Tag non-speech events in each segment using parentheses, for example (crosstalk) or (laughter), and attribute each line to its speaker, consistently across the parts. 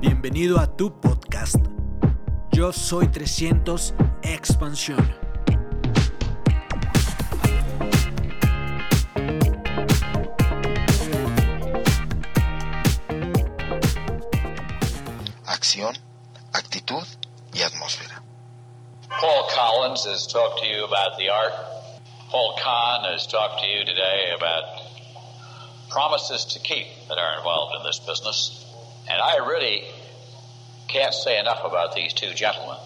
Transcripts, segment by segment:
Speaker 1: bienvenido a tu podcast. Yo soy 300 Expansión.
Speaker 2: Acción, actitud y atmósfera.
Speaker 3: Paul Collins has talked to you about the art. Paul Kahn has talked to you today about promises to keep that are involved in this business. And I really can't say enough about these two gentlemen.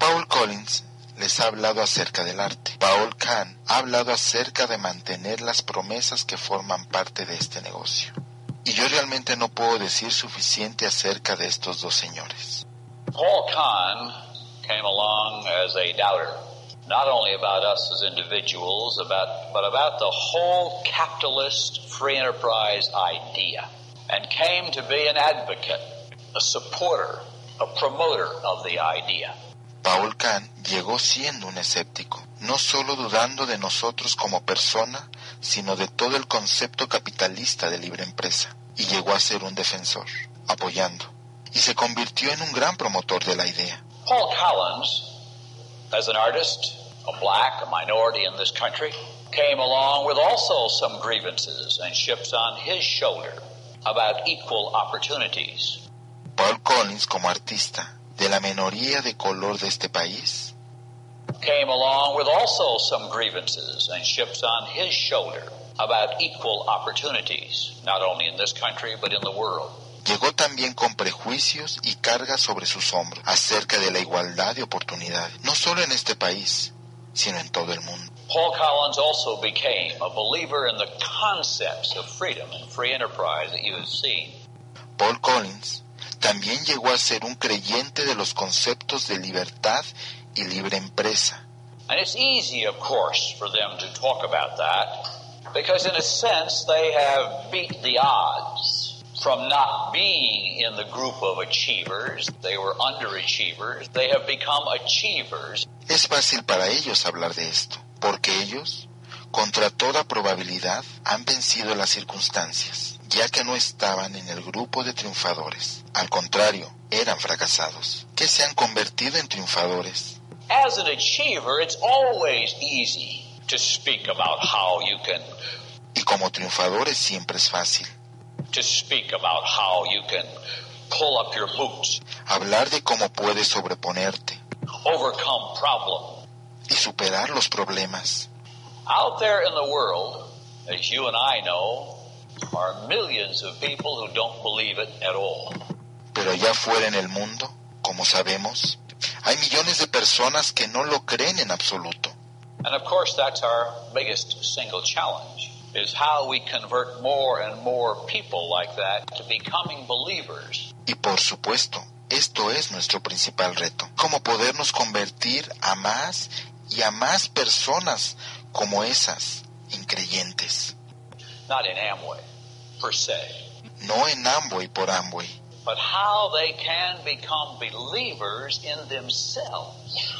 Speaker 2: Paul Collins les ha hablado acerca del arte. Paul Kahn ha hablado acerca de mantener las promesas que forman parte de este negocio. Y yo realmente no puedo decir suficiente acerca de estos dos señores.
Speaker 3: Paul Kahn came along as a doubter, not only about us as individuals, about, but about the whole capitalist free enterprise idea, and came to be an advocate, a supporter, a promoter of the idea.
Speaker 2: Paul Kahn llegó siendo un escéptico, no solo dudando de nosotros como persona, sino de todo el concepto capitalista de libre empresa, y llegó a ser un defensor, apoyando, y se convirtió en un gran promotor de la idea.
Speaker 3: Paul Collins, as an artist, a black, a minority in this country, came along with also some grievances and ships on his shoulder about equal opportunities.
Speaker 2: Paul Collins como artista de la minoría de color de este país,
Speaker 3: came along with also some grievances and ships on his shoulder about equal opportunities, not only in this country but in the world.
Speaker 2: llegó también con prejuicios y cargas sobre sus hombros acerca de la igualdad de oportunidades, no solo en este país, sino en todo el mundo.
Speaker 3: Paul Collins also became a believer in the concepts of freedom and free enterprise that you have seen.
Speaker 2: Paul Collins también llegó a ser un creyente de los conceptos de libertad y libre empresa.
Speaker 3: And it's easy, of course, for them to talk about that because, in a sense, they have beat the odds from not being in the group of achievers. They were underachievers. They have become achievers.
Speaker 2: Es fácil para ellos hablar de esto, porque ellos, contra toda probabilidad, han vencido las circunstancias, ya que no estaban en el grupo de triunfadores. Al contrario, eran fracasados, que se han convertido en triunfadores.
Speaker 3: As an achiever, it's always easy to speak about how you can,
Speaker 2: Y como triunfadores siempre es fácil.
Speaker 3: to speak about how you can pull up your boots,
Speaker 2: Hablar de cómo puedes sobreponerte
Speaker 3: overcome problems.
Speaker 2: y superar los problemas.
Speaker 3: Out there in the world, as you and I know, are millions of people who don't believe it at all.
Speaker 2: Pero allá afuera en el mundo, como sabemos, hay millones de personas que no lo creen en absoluto.
Speaker 3: And of course, that's our biggest single challenge is how we convert more and more people like that to becoming believers.
Speaker 2: Y por supuesto, esto es nuestro principal reto, cómo podernos convertir a más y a más personas como esas, increyentes,
Speaker 3: Not in Amway, per se,
Speaker 2: no en Amway por Amway,
Speaker 3: but how they can become believers in themselves.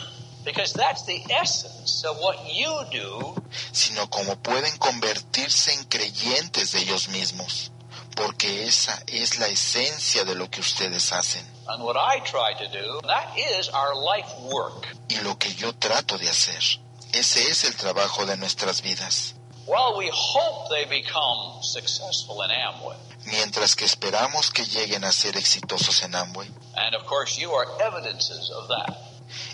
Speaker 3: Because that's the essence of what you do
Speaker 2: sino cómo pueden convertirse en creyentes de ellos mismos, porque esa es la esencia de lo que ustedes hacen
Speaker 3: and what I try to do. That is our life work.
Speaker 2: y lo que yo trato de hacer. Ese es el trabajo de nuestras vidas,
Speaker 3: Well, we hope they become successful in Amway.
Speaker 2: mientras que esperamos que lleguen a ser exitosos en Amway.
Speaker 3: And of course, you are evidences of that.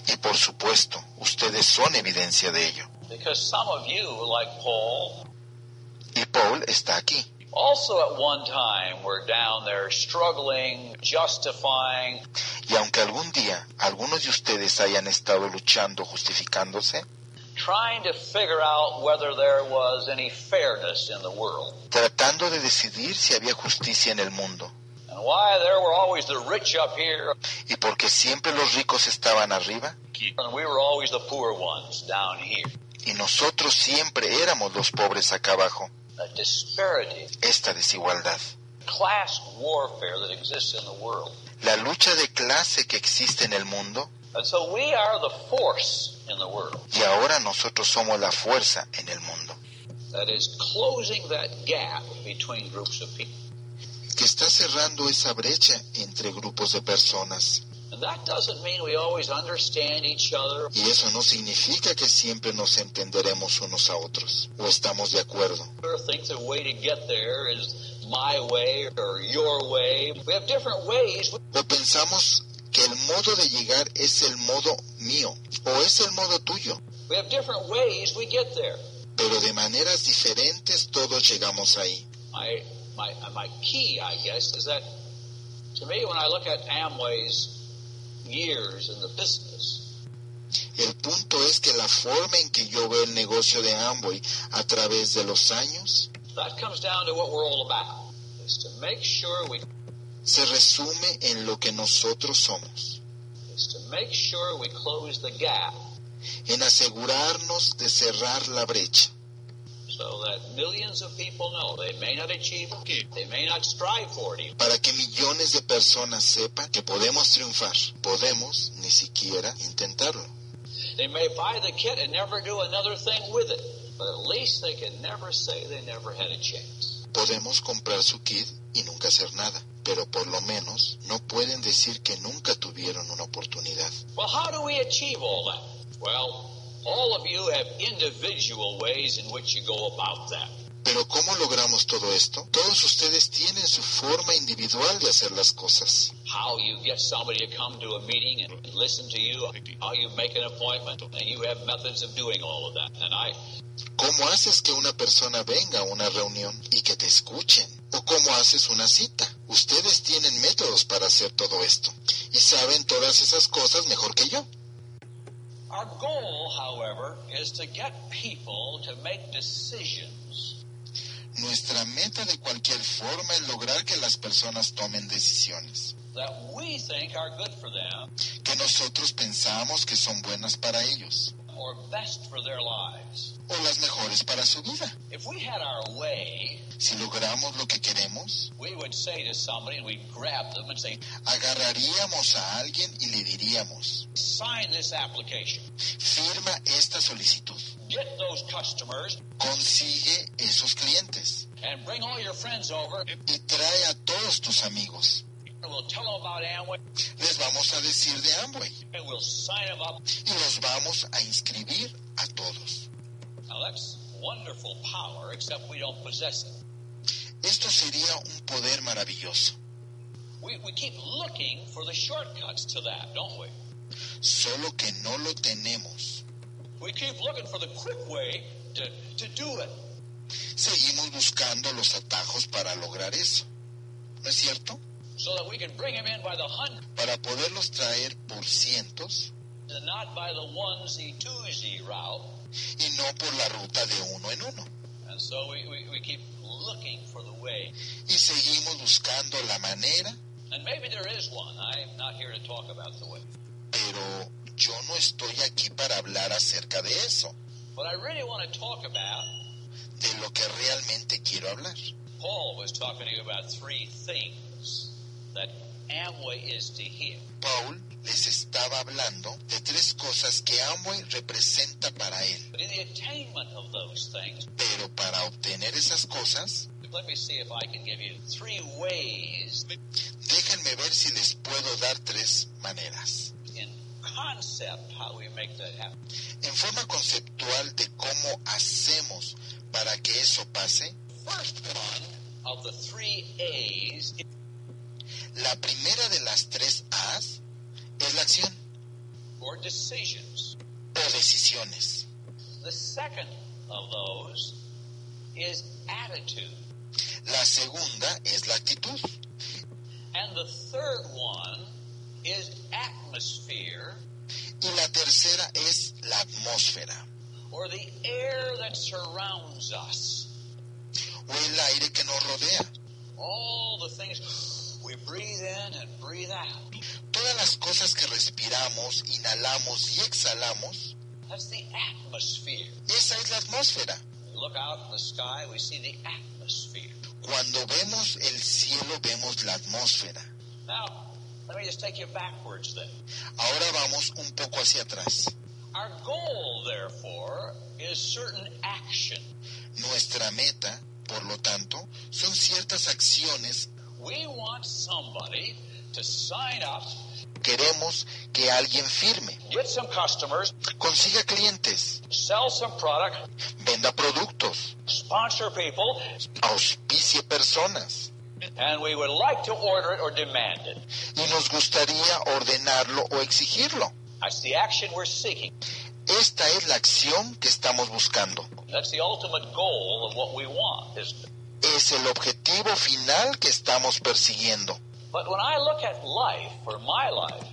Speaker 2: Y por supuesto, ustedes son evidencia de ello.
Speaker 3: Because some of you, like Paul,
Speaker 2: Y Paul está aquí.
Speaker 3: also at one time were down there struggling, justifying,
Speaker 2: Y aunque algún día algunos de ustedes hayan estado luchando justificándose,
Speaker 3: trying to figure out whether there was any fairness in the world.
Speaker 2: tratando de decidir si había justicia en el mundo,
Speaker 3: And why there were always the rich up here
Speaker 2: y porque siempre los ricos estaban arriba
Speaker 3: and we were always the poor ones down here.
Speaker 2: y nosotros siempre éramos los pobres acá abajo,
Speaker 3: A disparity,
Speaker 2: esta desigualdad,
Speaker 3: class warfare that exists in the world.
Speaker 2: la lucha de clase que existe en el mundo,
Speaker 3: And so we are the force in the world.
Speaker 2: y ahora nosotros somos la fuerza en el mundo.
Speaker 3: That is closing that gap between groups of people.
Speaker 2: que está cerrando esa brecha entre grupos de personas.
Speaker 3: And that doesn't mean we always understand each other.
Speaker 2: Y eso no significa que siempre nos entenderemos unos a otros o estamos de acuerdo.
Speaker 3: Or think the way to get there is my way or your way. We have different ways.
Speaker 2: O pensamos que el modo de llegar es el modo mío o es el modo tuyo,
Speaker 3: We have different ways we get there.
Speaker 2: pero de maneras diferentes todos llegamos ahí.
Speaker 3: My my uh, my key, I guess, is that to me when I look at Amway's years in the business,
Speaker 2: El punto es que la forma en que yo veo el negocio de Amway a través de los años
Speaker 3: that comes down to what we're all about. Is to make sure we
Speaker 2: se resume en lo que nosotros somos,
Speaker 3: is to make sure we close the gap
Speaker 2: en asegurarnos de cerrar la brecha
Speaker 3: so that millions of people know they may not achieve it, they may not strive for it even.
Speaker 2: para que millones de personas sepan que podemos triunfar, podemos ni siquiera intentarlo.
Speaker 3: They may buy the kit and never do another thing with it, but at least they can never say they never had a chance.
Speaker 2: Podemos comprar su kit y nunca hacer nada, pero por lo menos no pueden decir que nunca tuvieron una oportunidad.
Speaker 3: Well, how do we achieve all that? Well, all of you have individual ways in which you go about that.
Speaker 2: Pero ¿cómo logramos todo esto? Todos ustedes tienen su forma individual de hacer las cosas.
Speaker 3: How you get somebody to come to a meeting and listen to you, how you make an appointment, and you have methods of doing all of that. And I,
Speaker 2: ¿Cómo haces que una persona venga a una reunión y que te escuchen? ¿O cómo haces una cita? Ustedes tienen métodos para hacer todo esto y saben todas esas cosas mejor que yo.
Speaker 3: our goal, however, is to get people to make decisions
Speaker 2: Nuestra meta de cualquier forma es lograr que las personas tomen decisiones
Speaker 3: that we think are good for them
Speaker 2: que nosotros pensamos que son buenas para ellos
Speaker 3: or best for their lives.
Speaker 2: o las mejores para su vida.
Speaker 3: If we had our way,
Speaker 2: Si logramos lo que queremos,
Speaker 3: we would say to somebody and we'd grab them and say,
Speaker 2: agarraríamos a alguien y le diríamos,
Speaker 3: sign this application,
Speaker 2: firma esta solicitud,
Speaker 3: get those customers,
Speaker 2: consigue esos clientes
Speaker 3: and bring all your friends over. And
Speaker 2: y trae a todos tus amigos.
Speaker 3: we'll tell them about Amway,
Speaker 2: Les vamos a decir de Amway
Speaker 3: and we'll sign them up.
Speaker 2: y los vamos a inscribir a todos.
Speaker 3: Now that's wonderful power, except we don't possess it.
Speaker 2: Esto sería un poder maravilloso.
Speaker 3: We, we keep looking for the shortcuts to that, don't we?
Speaker 2: Solo que no lo tenemos.
Speaker 3: We keep looking for the quick way to, to do it.
Speaker 2: Seguimos buscando los atajos para lograr eso. ¿No es cierto?
Speaker 3: so that we can bring him in by the hundred
Speaker 2: Para poderlos traer por cientos
Speaker 3: and not by the onesie twosie route.
Speaker 2: y no por la ruta de uno en uno.
Speaker 3: And so we, we, we keep looking for the way.
Speaker 2: Y seguimos buscando la manera,
Speaker 3: And maybe there is one. I'm not here to talk about the way.
Speaker 2: pero yo no estoy aquí para hablar acerca de eso,
Speaker 3: But I really want to talk about
Speaker 2: de lo que realmente quiero hablar.
Speaker 3: Paul was talking to you about three things that Amway is to him.
Speaker 2: Paul les estaba hablando de tres cosas que Amway representa para él,
Speaker 3: But in the attainment of those things,
Speaker 2: pero para obtener esas cosas,
Speaker 3: let me see if I can give you three ways
Speaker 2: déjenme ver si les puedo dar tres maneras.
Speaker 3: in concept how we make that happen.
Speaker 2: En forma conceptual de cómo hacemos para que eso pase,
Speaker 3: First one of the three A's
Speaker 2: la primera de las tres A's es la acción
Speaker 3: or decisions.
Speaker 2: o decisiones.
Speaker 3: The second of those is attitude.
Speaker 2: La segunda es la actitud.
Speaker 3: And the third one is atmosphere
Speaker 2: Y la tercera es la atmósfera
Speaker 3: or the air that surrounds us.
Speaker 2: o el aire que nos rodea.
Speaker 3: All the things we breathe in and breathe out.
Speaker 2: Todas las cosas que respiramos, inhalamos y exhalamos,
Speaker 3: That's the atmosphere.
Speaker 2: esa es la atmósfera.
Speaker 3: We look out in the sky, we see the atmosphere.
Speaker 2: Cuando vemos el cielo vemos la atmósfera.
Speaker 3: Now, let me just take you backwards then.
Speaker 2: Ahora vamos un poco hacia atrás.
Speaker 3: Our goal, therefore, is certain action.
Speaker 2: Nuestra meta, por lo tanto, son ciertas acciones
Speaker 3: We want somebody to sign up,
Speaker 2: Queremos que alguien firme,
Speaker 3: get some customers,
Speaker 2: consiga clientes,
Speaker 3: sell some product,
Speaker 2: venda productos,
Speaker 3: sponsor people,
Speaker 2: auspicie personas.
Speaker 3: and we would like to order it or demand it.
Speaker 2: Y nos gustaría ordenarlo o exigirlo.
Speaker 3: That's the action we're seeking.
Speaker 2: Esta es la acción que estamos buscando.
Speaker 3: That's the ultimate goal of what we want. Is
Speaker 2: Es el objetivo final que estamos persiguiendo.
Speaker 3: but when I look at life or my life,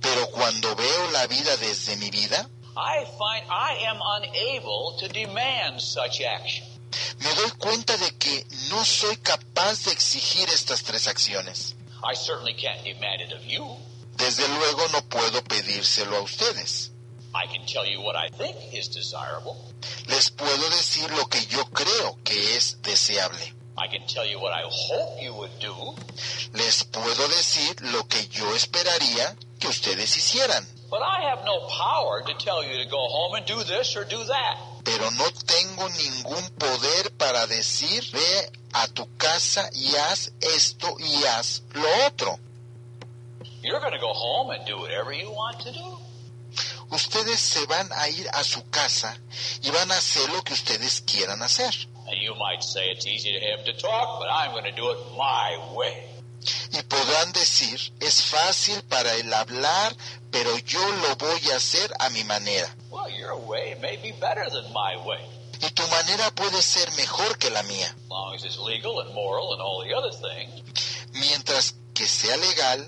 Speaker 2: Pero cuando veo la vida desde mi vida,
Speaker 3: I find I am unable to demand such action.
Speaker 2: me doy cuenta de que no soy capaz de exigir estas tres acciones.
Speaker 3: I certainly can't demand it of you.
Speaker 2: Desde luego no puedo pedírselo a ustedes.
Speaker 3: I can tell you what I think is desirable.
Speaker 2: Les puedo decir lo que yo creo que es deseable.
Speaker 3: I can tell you what I hope you would do,
Speaker 2: Les puedo decir lo que yo esperaría que ustedes hicieran.
Speaker 3: but I have no power to tell you to go home and do this or do that.
Speaker 2: Pero no tengo ningún poder para decir ve a tu casa y haz esto y haz lo otro.
Speaker 3: You're going to go home and do whatever you want to do.
Speaker 2: Ustedes se van a ir a su casa y van a hacer lo que ustedes quieran hacer.
Speaker 3: And you might say it's easy to him to talk, but I'm going to do it my way.
Speaker 2: Y podrán decir, es fácil para él hablar, pero yo lo voy a hacer a mi manera.
Speaker 3: Well, your way may be better than my way,
Speaker 2: Y tu manera puede ser mejor que la mía.
Speaker 3: as long as it's legal and moral and all the other things.
Speaker 2: Mientras que sea legal,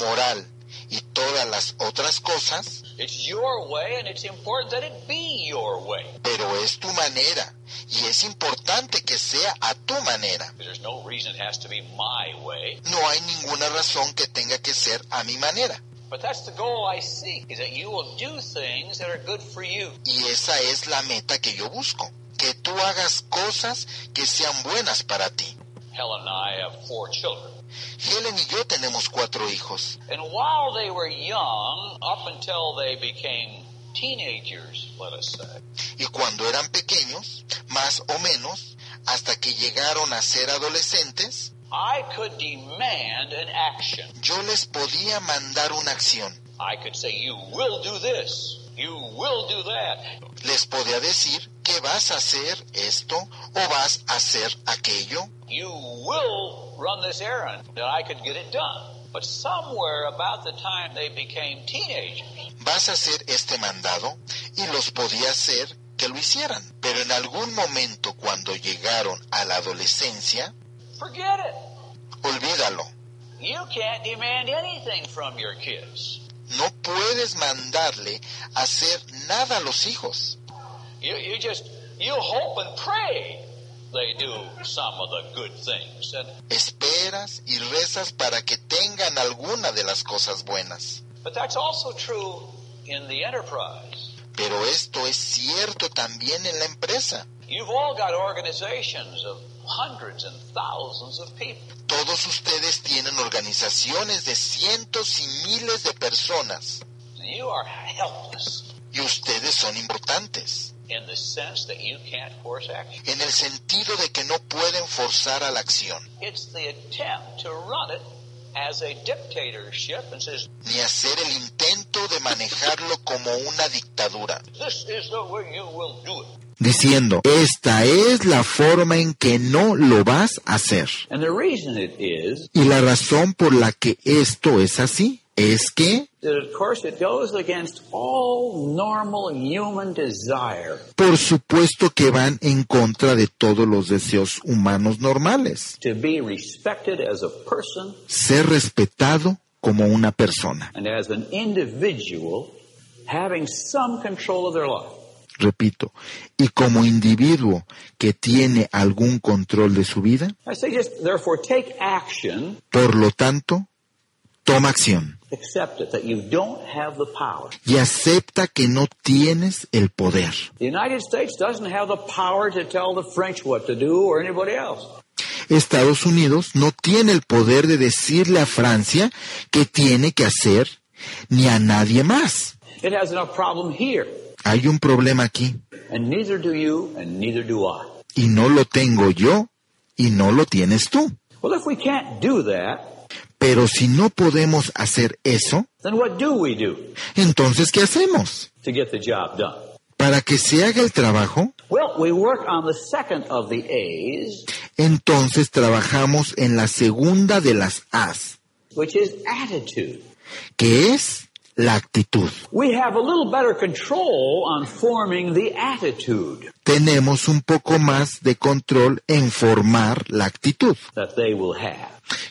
Speaker 2: moral y todas las otras cosas,
Speaker 3: It's your way, and it's important that it be your way.
Speaker 2: pero es tu manera. Y es importante que sea a tu manera.
Speaker 3: 'Cause There's no reason it has to be my way.
Speaker 2: No hay ninguna razón que tenga que ser a mi manera.
Speaker 3: But that's the goal I seek, is that you will do things that are good for you.
Speaker 2: Y esa es la meta que yo busco. Que tú hagas cosas que sean buenas para ti.
Speaker 3: Helen and I have four children.
Speaker 2: Helen y yo tenemos cuatro hijos.
Speaker 3: And while they were young, up until they became teenagers, let us say,
Speaker 2: y cuando eran pequeños, más o menos, hasta que llegaron a ser adolescentes,
Speaker 3: I could demand an action.
Speaker 2: yo les podía mandar una acción.
Speaker 3: I could say, You will do this. You will do that.
Speaker 2: Les podía decir que vas a hacer esto o vas a hacer aquello.
Speaker 3: You will run this errand. And I could get it done. But somewhere about the time they became teenagers,
Speaker 2: Vas a hacer este mandado y los podía hacer que lo hicieran. Pero en algún momento cuando llegaron a la adolescencia,
Speaker 3: forget it.
Speaker 2: olvídalo.
Speaker 3: You can't demand anything from your kids.
Speaker 2: No puedes mandarle hacer nada a los hijos.
Speaker 3: You, you just, you hope and pray they do some of the good things. And
Speaker 2: Esperas y rezas para que tengan alguna de las cosas buenas.
Speaker 3: But that's also true in the enterprise.
Speaker 2: Pero esto es cierto también en la empresa.
Speaker 3: You've all got organizations of hundreds and thousands of people.
Speaker 2: Todos ustedes tienen organizaciones de cientos y miles de personas
Speaker 3: And you are helpless
Speaker 2: y ustedes son importantes
Speaker 3: in the sense that you can't force action.
Speaker 2: en el sentido de que no pueden forzar a la acción
Speaker 3: It's the attempt to run it as a dictatorship and says,
Speaker 2: ni hacer el intento de manejarlo como una dictadura.
Speaker 3: this is the way you will do it.
Speaker 2: Diciendo, esta es la forma en que no lo vas a hacer.
Speaker 3: And the reason it is
Speaker 2: Y la razón por la que esto es así es que,
Speaker 3: that, of course, it goes against all normal human desire
Speaker 2: por supuesto que van en contra de todos los deseos humanos normales.
Speaker 3: to be respected as a person
Speaker 2: Ser respetado como una persona.
Speaker 3: and as an individual having some control of their life.
Speaker 2: Repito, y como individuo que tiene algún control de su vida,
Speaker 3: I say just, therefore, take action,
Speaker 2: por lo tanto, toma acción
Speaker 3: accept it, that you don't have the power.
Speaker 2: y acepta que no tienes el poder.
Speaker 3: The United States doesn't have the power to tell the French what to do or anybody else.
Speaker 2: Estados Unidos no tiene el poder de decirle a Francia qué tiene que hacer ni a nadie más.
Speaker 3: It has enough problem here.
Speaker 2: Hay un problema aquí
Speaker 3: And neither do you, and neither do I.
Speaker 2: y no lo tengo yo y no lo tienes tú.
Speaker 3: Well, if we can't do that,
Speaker 2: Pero si no podemos hacer eso,
Speaker 3: then what do we do
Speaker 2: entonces ¿qué hacemos?
Speaker 3: to get the job done?
Speaker 2: Para que se haga el trabajo,
Speaker 3: Well, we work on the second of the A's,
Speaker 2: entonces trabajamos en la segunda de las As,
Speaker 3: which is attitude.
Speaker 2: que es la actitud.
Speaker 3: We have a little better control on forming the attitude
Speaker 2: Tenemos un poco más de control en formar la actitud
Speaker 3: that they will have.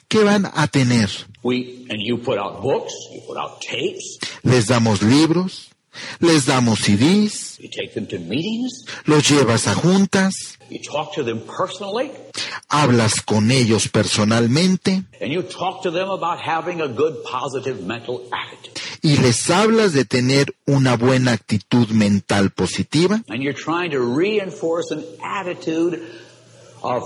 Speaker 2: que van a tener.
Speaker 3: We, and you put out books, you put out tapes,
Speaker 2: Les damos libros, les damos CDs,
Speaker 3: you take them to meetings,
Speaker 2: los llevas a juntas,
Speaker 3: you talk to them personally,
Speaker 2: hablas con ellos personalmente
Speaker 3: and you talk to them about having a good positive mental attitude.
Speaker 2: y les hablas de tener una buena actitud mental positiva
Speaker 3: And you're trying to reinforce an attitude of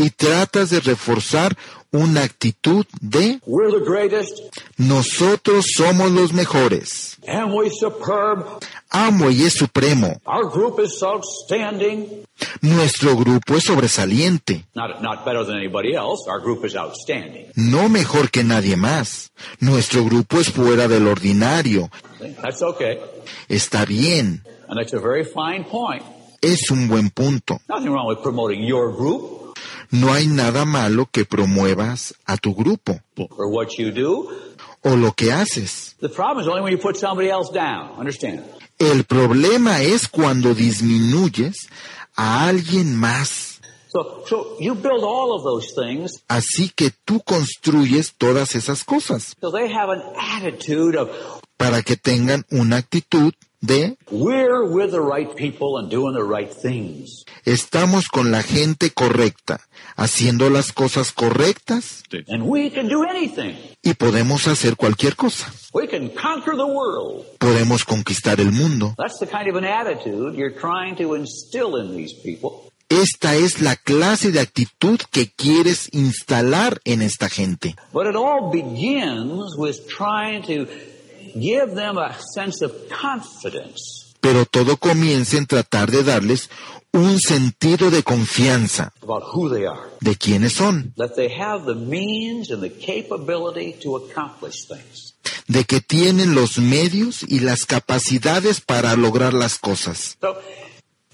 Speaker 2: y tratas de reforzar una actitud de
Speaker 3: we're the greatest,
Speaker 2: nosotros somos los mejores.
Speaker 3: and we superb,
Speaker 2: Amo y es supremo.
Speaker 3: our group is outstanding.
Speaker 2: Nuestro grupo es sobresaliente.
Speaker 3: Not, not better than anybody else, our group is outstanding.
Speaker 2: No mejor que nadie más. Nuestro grupo es fuera del ordinario.
Speaker 3: That's okay.
Speaker 2: Está bien.
Speaker 3: And that's a very fine point.
Speaker 2: Es un buen punto.
Speaker 3: Nothing wrong with promoting your group
Speaker 2: No hay nada malo que promuevas a tu grupo
Speaker 3: or what you do.
Speaker 2: o lo que haces.
Speaker 3: The problem is only when you put somebody else down. Understand?
Speaker 2: El problema es cuando disminuyes a alguien más.
Speaker 3: So, so you build all of those things
Speaker 2: Así que tú construyes todas esas cosas
Speaker 3: so they have an attitude of
Speaker 2: para que tengan una actitud de
Speaker 3: we're with the right people and doing the right things.
Speaker 2: estamos con la gente correcta, haciendo las cosas correctas
Speaker 3: And we can do anything.
Speaker 2: y podemos hacer cualquier cosa.
Speaker 3: We can conquer the world.
Speaker 2: Podemos conquistar el mundo.
Speaker 3: That's the kind of an attitude you're trying to instill in these people.
Speaker 2: Esta es la clase de actitud que quieres instalar en esta gente.
Speaker 3: But it all begins with trying to give them a sense of confidence
Speaker 2: Pero todo comienza en tratar de darles un sentido de confianza
Speaker 3: about who they are,
Speaker 2: de quiénes son,
Speaker 3: that they have the means and the capability to accomplish things.
Speaker 2: de que tienen los medios y las capacidades para lograr las cosas.
Speaker 3: So,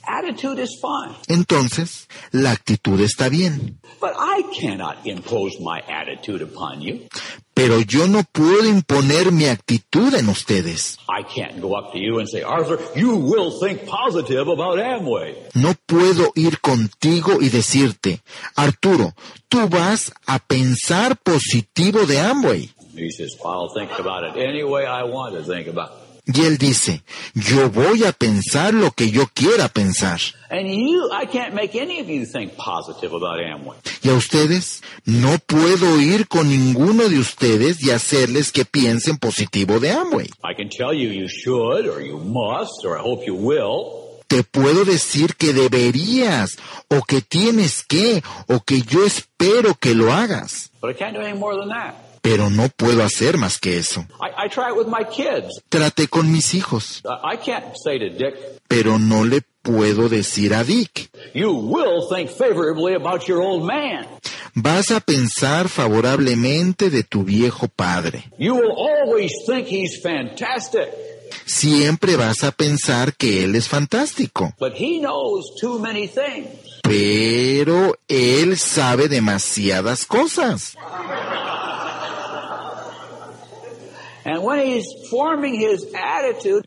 Speaker 3: attitude is fine,
Speaker 2: Entonces, la actitud está bien,
Speaker 3: but I cannot impose my attitude upon you.
Speaker 2: pero yo no puedo imponer mi actitud en ustedes.
Speaker 3: I can't go up to you and say, Arthur, you will think positive about Amway.
Speaker 2: No puedo ir contigo y decirte, Arturo, tú vas a pensar positivo de Amway.
Speaker 3: He says, I'll think about it any way I want to think about it.
Speaker 2: Y él dice, yo voy a pensar lo que yo quiera pensar.
Speaker 3: And you, I can't make any of you think positive about Amway.
Speaker 2: Y a ustedes, no puedo ir con ninguno de ustedes y hacerles que piensen positivo de Amway.
Speaker 3: I can tell you you should, or you must, or I hope you will,
Speaker 2: Te puedo decir que deberías, o que tienes que, o que yo espero que lo hagas.
Speaker 3: but I can't do any more than that.
Speaker 2: Pero no puedo hacer más que eso.
Speaker 3: I, I try it with my kids.
Speaker 2: Traté con mis hijos,
Speaker 3: I I can't say to Dick,
Speaker 2: pero no le puedo decir a Dick,
Speaker 3: you will think favorably about your old man.
Speaker 2: vas a pensar favorablemente de tu viejo padre.
Speaker 3: You will always think he's fantastic.
Speaker 2: Siempre vas a pensar que él es fantástico.
Speaker 3: But he knows too many things.
Speaker 2: Pero él sabe demasiadas cosas.
Speaker 3: And when he's forming his attitude,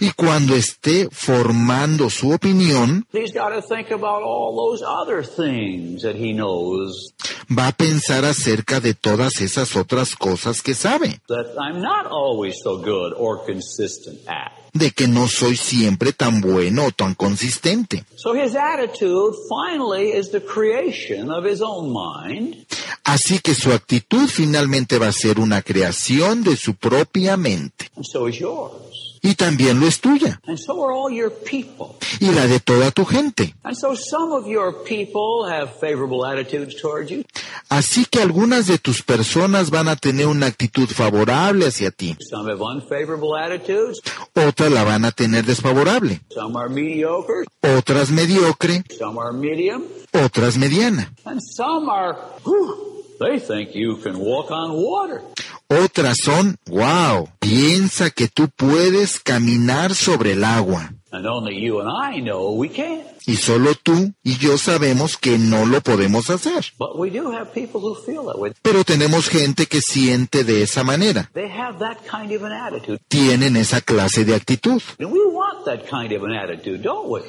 Speaker 2: Y cuando esté formando su opinión,
Speaker 3: he's got to think about all those other things that he knows
Speaker 2: va a pensar acerca de todas esas otras cosas que sabe,
Speaker 3: that I'm not always so good or consistent at.
Speaker 2: de que no soy siempre tan bueno o tan consistente.
Speaker 3: So his attitude finally is the creation of his own mind,
Speaker 2: Así que su actitud finalmente va a ser una creación de su propia mente.
Speaker 3: and so is yours.
Speaker 2: Y también lo es tuya,
Speaker 3: And so are all your people.
Speaker 2: y la de toda tu gente.
Speaker 3: And so some of your people have favorable attitudes towards you.
Speaker 2: Así que algunas de tus personas van a tener una actitud favorable hacia ti,
Speaker 3: Some have unfavorable attitudes.
Speaker 2: otras la van a tener desfavorable.
Speaker 3: Some are mediocre.
Speaker 2: otras mediocre,
Speaker 3: Some are medium.
Speaker 2: otras mediana.
Speaker 3: And some are, whew, They think you can walk on water.
Speaker 2: Otras son, wow, piensa que tú puedes caminar sobre el agua.
Speaker 3: And only you and I know we can't.
Speaker 2: Y solo tú y yo sabemos que no lo podemos hacer.
Speaker 3: But we do have people who feel that way.
Speaker 2: Pero tenemos gente que siente de esa manera.
Speaker 3: They have that kind of an attitude.
Speaker 2: Tienen esa clase de actitud.
Speaker 3: And we want that kind of an attitude, don't we?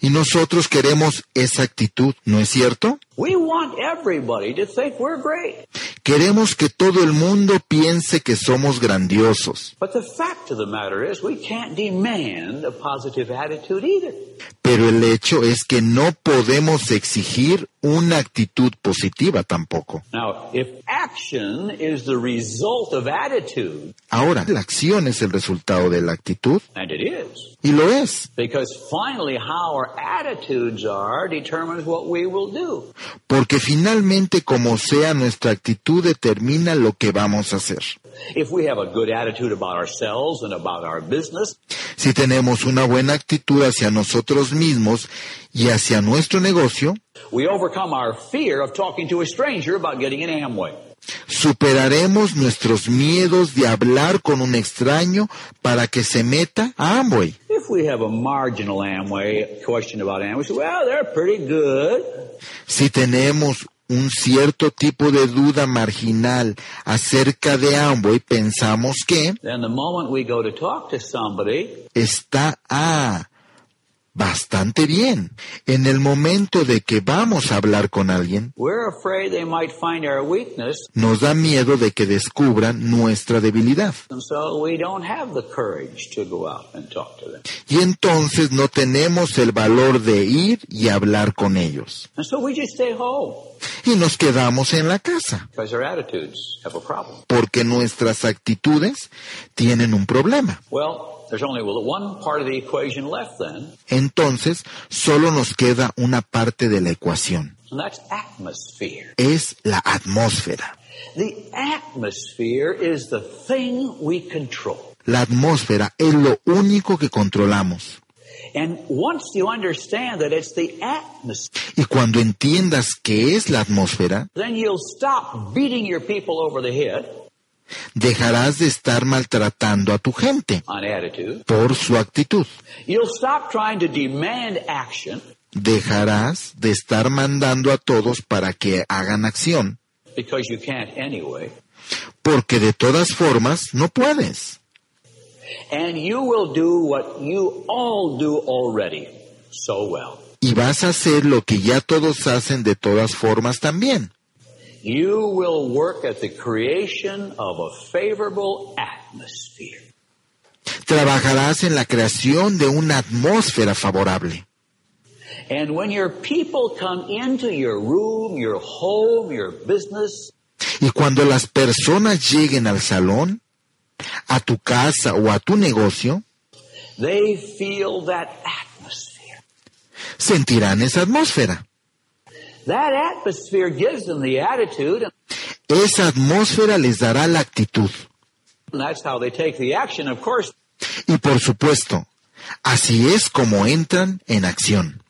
Speaker 2: Y nosotros queremos esa actitud, ¿no es cierto?
Speaker 3: We want everybody to think we're great.
Speaker 2: Queremos que todo el mundo piense que somos grandiosos.
Speaker 3: But the fact of the matter is, we can't demand a positive attitude either.
Speaker 2: Pero el hecho es que no podemos exigir una actitud positiva tampoco.
Speaker 3: Now, if action is the result of attitude,
Speaker 2: Ahora, la acción es el resultado de la actitud
Speaker 3: and it is,
Speaker 2: y lo es,
Speaker 3: because finally how our attitudes are determines what we will do.
Speaker 2: porque finalmente como sea nuestra actitud determina lo que vamos a hacer.
Speaker 3: If we have a good attitude about ourselves and about our business,
Speaker 2: Si tenemos una buena actitud hacia nosotros mismos y hacia nuestro negocio,
Speaker 3: we overcome our fear of talking to a stranger about getting an Amway.
Speaker 2: superaremos nuestros miedos de hablar con un extraño para que se meta a Amway.
Speaker 3: If we have a marginal Amway question about Amway, we say, well, they're pretty good.
Speaker 2: Si tenemos un cierto tipo de duda marginal acerca de Amway, pensamos que
Speaker 3: Then the moment we go to talk to somebody,
Speaker 2: está ah, bastante bien. En el momento de que vamos a hablar con alguien,
Speaker 3: we're afraid they might find our weakness,
Speaker 2: nos da miedo de que descubran nuestra debilidad.
Speaker 3: and so we don't have the courage to go out and talk to them.
Speaker 2: Y entonces no tenemos el valor de ir y hablar con ellos.
Speaker 3: And so we just stay home
Speaker 2: Y nos quedamos en la casa,
Speaker 3: because our attitudes have a problem.
Speaker 2: porque nuestras actitudes tienen un problema.
Speaker 3: Well, there's only one part of the equation left then,
Speaker 2: Entonces, solo nos queda una parte de la ecuación.
Speaker 3: and that's atmosphere.
Speaker 2: Es la atmósfera.
Speaker 3: The atmosphere is the thing we control.
Speaker 2: La atmósfera es lo único que controlamos.
Speaker 3: And once you understand that it's the atmosphere,
Speaker 2: Y cuando entiendas qué es la atmósfera,
Speaker 3: then you'll stop beating your people over the head
Speaker 2: dejarás de estar maltratando a tu gente
Speaker 3: on attitude.
Speaker 2: por su actitud.
Speaker 3: You'll stop trying to demand action
Speaker 2: Dejarás de estar mandando a todos para que hagan acción,
Speaker 3: because you can't anyway.
Speaker 2: porque de todas formas no puedes.
Speaker 3: And you will do what you all do already so well.
Speaker 2: Y vas a hacer lo que ya todos hacen de todas formas también.
Speaker 3: You will work at the creation of a favorable atmosphere.
Speaker 2: Trabajarás en la creación de una atmósfera favorable.
Speaker 3: And when your people come into your room, your home, your business,
Speaker 2: Y cuando las personas lleguen al salón, a tu casa o a tu negocio,
Speaker 3: they feel that atmosphere.
Speaker 2: sentirán esa atmósfera.
Speaker 3: That atmosphere gives them the attitude, and
Speaker 2: Esa atmósfera les dará la actitud.
Speaker 3: that's how they take the action. Of course,
Speaker 2: Y por supuesto, así es como entran en acción.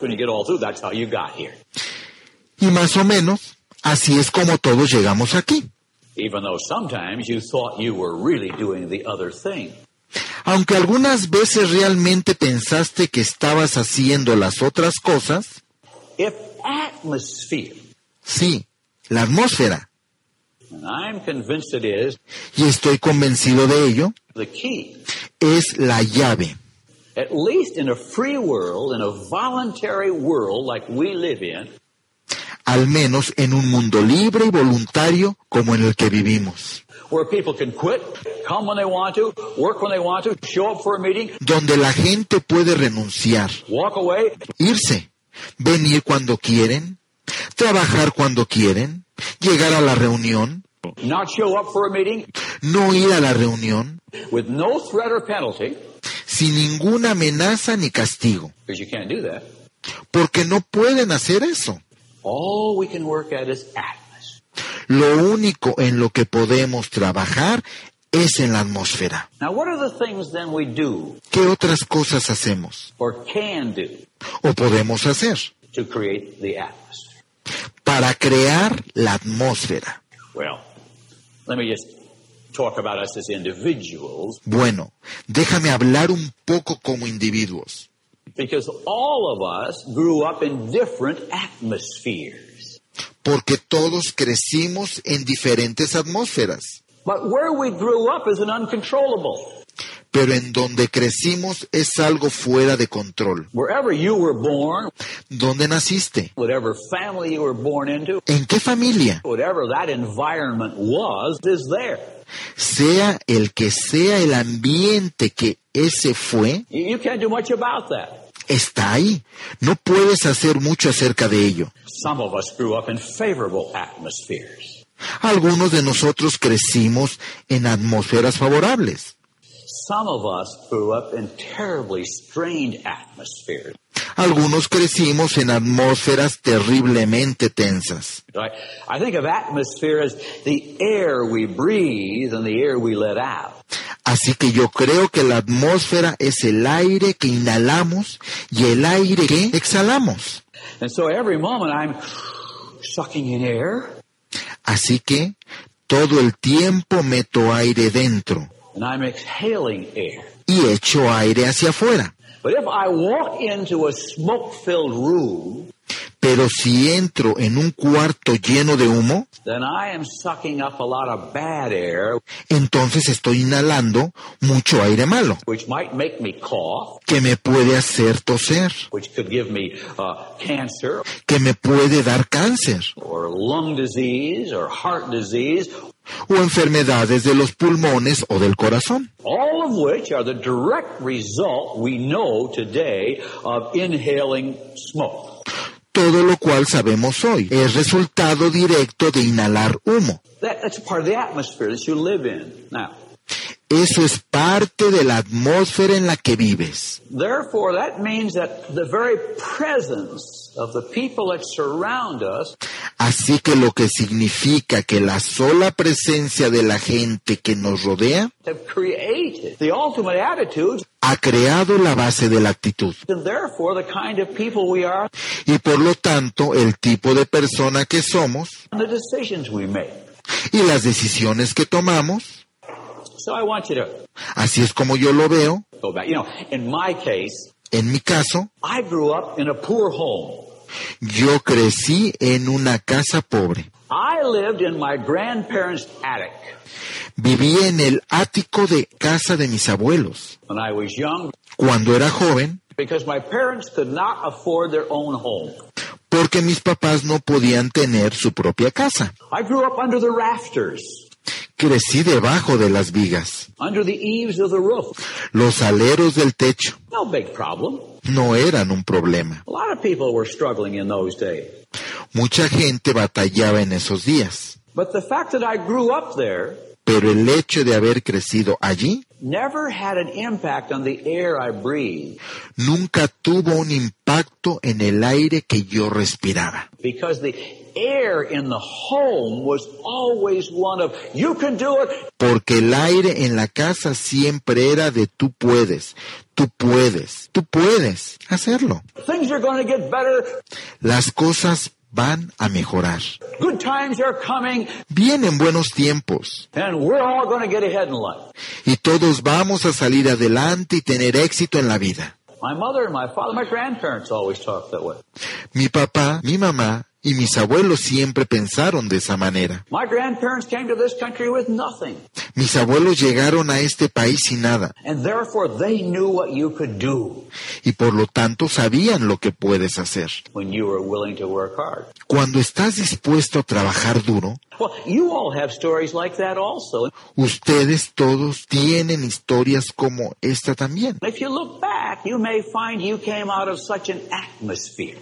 Speaker 3: when you get all through, that's how you got here.
Speaker 2: Y más o menos, así es como todos llegamos aquí.
Speaker 3: Even though sometimes you thought you were really doing the other thing.
Speaker 2: Aunque algunas veces realmente pensaste que estabas haciendo las otras cosas,
Speaker 3: If atmosphere,
Speaker 2: sí, la atmósfera,
Speaker 3: and I'm convinced it is
Speaker 2: y estoy convencido de ello,
Speaker 3: the key,
Speaker 2: es la llave.
Speaker 3: at least in a free world, in a voluntary world like we live in,
Speaker 2: al menos en un mundo libre y voluntario como en el que vivimos,
Speaker 3: where people can quit, come when they want to, work when they want to, show up for a meeting,
Speaker 2: donde la gente puede renunciar,
Speaker 3: walk away,
Speaker 2: irse, venir cuando quieren, trabajar cuando quieren, llegar a la reunión,
Speaker 3: not show up for a meeting
Speaker 2: no ir a la reunión,
Speaker 3: with no threat or penalty,
Speaker 2: sin ninguna amenaza ni castigo,
Speaker 3: because you can't do that.
Speaker 2: porque no pueden hacer eso.
Speaker 3: All we can work at is atmosphere.
Speaker 2: Lo único en lo que podemos trabajar es en la atmósfera.
Speaker 3: Now, what are the things then we do
Speaker 2: ¿Qué otras cosas hacemos
Speaker 3: or can do
Speaker 2: o podemos hacer
Speaker 3: to create the atmosphere?
Speaker 2: para crear la atmósfera.
Speaker 3: Well, let me just talk about us as individuals
Speaker 2: Bueno, déjame hablar un poco como individuos,
Speaker 3: because all of us grew up in different atmospheres.
Speaker 2: porque todos crecimos en diferentes atmósferas,
Speaker 3: But where we grew up is an uncontrollable.
Speaker 2: pero en donde crecimos es algo fuera de control.
Speaker 3: Wherever you were born,
Speaker 2: ¿Dónde naciste?
Speaker 3: whatever family you were born into,
Speaker 2: ¿En qué familia?
Speaker 3: whatever that environment was, is there.
Speaker 2: Sea el que sea el ambiente que ese fue,
Speaker 3: You you can't do much about that.
Speaker 2: está ahí. No puedes hacer mucho acerca de ello.
Speaker 3: Some of us grew up in favorable atmospheres.
Speaker 2: Algunos de nosotros crecimos en atmósferas favorables.
Speaker 3: Some of us grew up in terribly strained atmospheres.
Speaker 2: Algunos crecimos en atmósferas terriblemente tensas.
Speaker 3: I, I think of atmosphere as the air we breathe and the air we let out.
Speaker 2: Así que yo creo que la atmósfera es el aire que inhalamos y el aire que exhalamos.
Speaker 3: And so every moment I'm sucking in air
Speaker 2: Así que todo el tiempo meto aire dentro
Speaker 3: and I'm exhaling air.
Speaker 2: y echo aire hacia afuera.
Speaker 3: But if I walk into a smoke filled room,
Speaker 2: Pero si entro en un cuarto lleno de humo,
Speaker 3: then I am sucking up a lot of bad air,
Speaker 2: entonces estoy inhalando mucho aire malo,
Speaker 3: which might make me cough,
Speaker 2: que me puede hacer toser,
Speaker 3: which could give me uh, cancer
Speaker 2: que me puede dar cáncer
Speaker 3: or lung disease or heart disease,
Speaker 2: o enfermedades de los pulmones o del corazón.
Speaker 3: all of which are the direct result we know today of inhaling smoke.
Speaker 2: Todo lo cual sabemos hoy es resultado directo de inhalar humo.
Speaker 3: That, that's part of the atmosphere that you live in. Now,
Speaker 2: Eso es parte de la atmósfera en la que vives.
Speaker 3: therefore, that means that the very presence of the people that surround us
Speaker 2: Así que lo que significa que la sola presencia de la gente que nos rodea
Speaker 3: have created the ultimate attitudes
Speaker 2: ha creado la base de la actitud
Speaker 3: and therefore the kind of people we are
Speaker 2: y por lo tanto el tipo de persona que somos
Speaker 3: and the decisions we make.
Speaker 2: y las decisiones que tomamos.
Speaker 3: So I want you to
Speaker 2: Así es como yo lo veo.
Speaker 3: go back. You know, in my case,
Speaker 2: En mi caso,
Speaker 3: I grew up in a poor home.
Speaker 2: yo crecí en una casa pobre.
Speaker 3: I lived in my grandparents' attic.
Speaker 2: Viví en el ático de casa de mis abuelos.
Speaker 3: when I was young
Speaker 2: Cuando era joven,
Speaker 3: because my parents could not afford their own home.
Speaker 2: porque mis papás no podían tener su propia casa.
Speaker 3: I grew up under the rafters,
Speaker 2: Crecí debajo de las vigas,
Speaker 3: under the eaves of the roof.
Speaker 2: los aleros del techo.
Speaker 3: No big problem.
Speaker 2: No eran un problema.
Speaker 3: A lot of people were struggling in those days.
Speaker 2: Mucha gente batallaba en esos días,
Speaker 3: But the fact that I grew up there
Speaker 2: pero el hecho de haber crecido allí
Speaker 3: never had an impact on the air I breathed
Speaker 2: nunca tuvo un impacto en el aire que yo respiraba,
Speaker 3: because the air in the home was always one of, you can do it,
Speaker 2: porque el aire en la casa siempre era de tú puedes, tú puedes, tú puedes hacerlo.
Speaker 3: things are going to get better,
Speaker 2: Las cosas van a mejorar.
Speaker 3: good times are coming,
Speaker 2: Vienen buenos tiempos
Speaker 3: and we're all going to get ahead in life.
Speaker 2: y todos vamos a salir adelante y tener éxito en la vida.
Speaker 3: My mother and my father, my grandparents always talked that way.
Speaker 2: Mi papá, mi mamá y mis abuelos siempre pensaron de esa manera.
Speaker 3: My grandparents came to this country with nothing,
Speaker 2: Mis abuelos llegaron a este país sin nada
Speaker 3: and therefore they knew what you could do
Speaker 2: y por lo tanto sabían lo que puedes hacer.
Speaker 3: when you were willing to work hard.
Speaker 2: Cuando estás dispuesto a trabajar duro,
Speaker 3: Well, you all have stories like that also.
Speaker 2: ustedes todos tienen historias como esta también.
Speaker 3: If you look back, you may find you came out of such an atmosphere.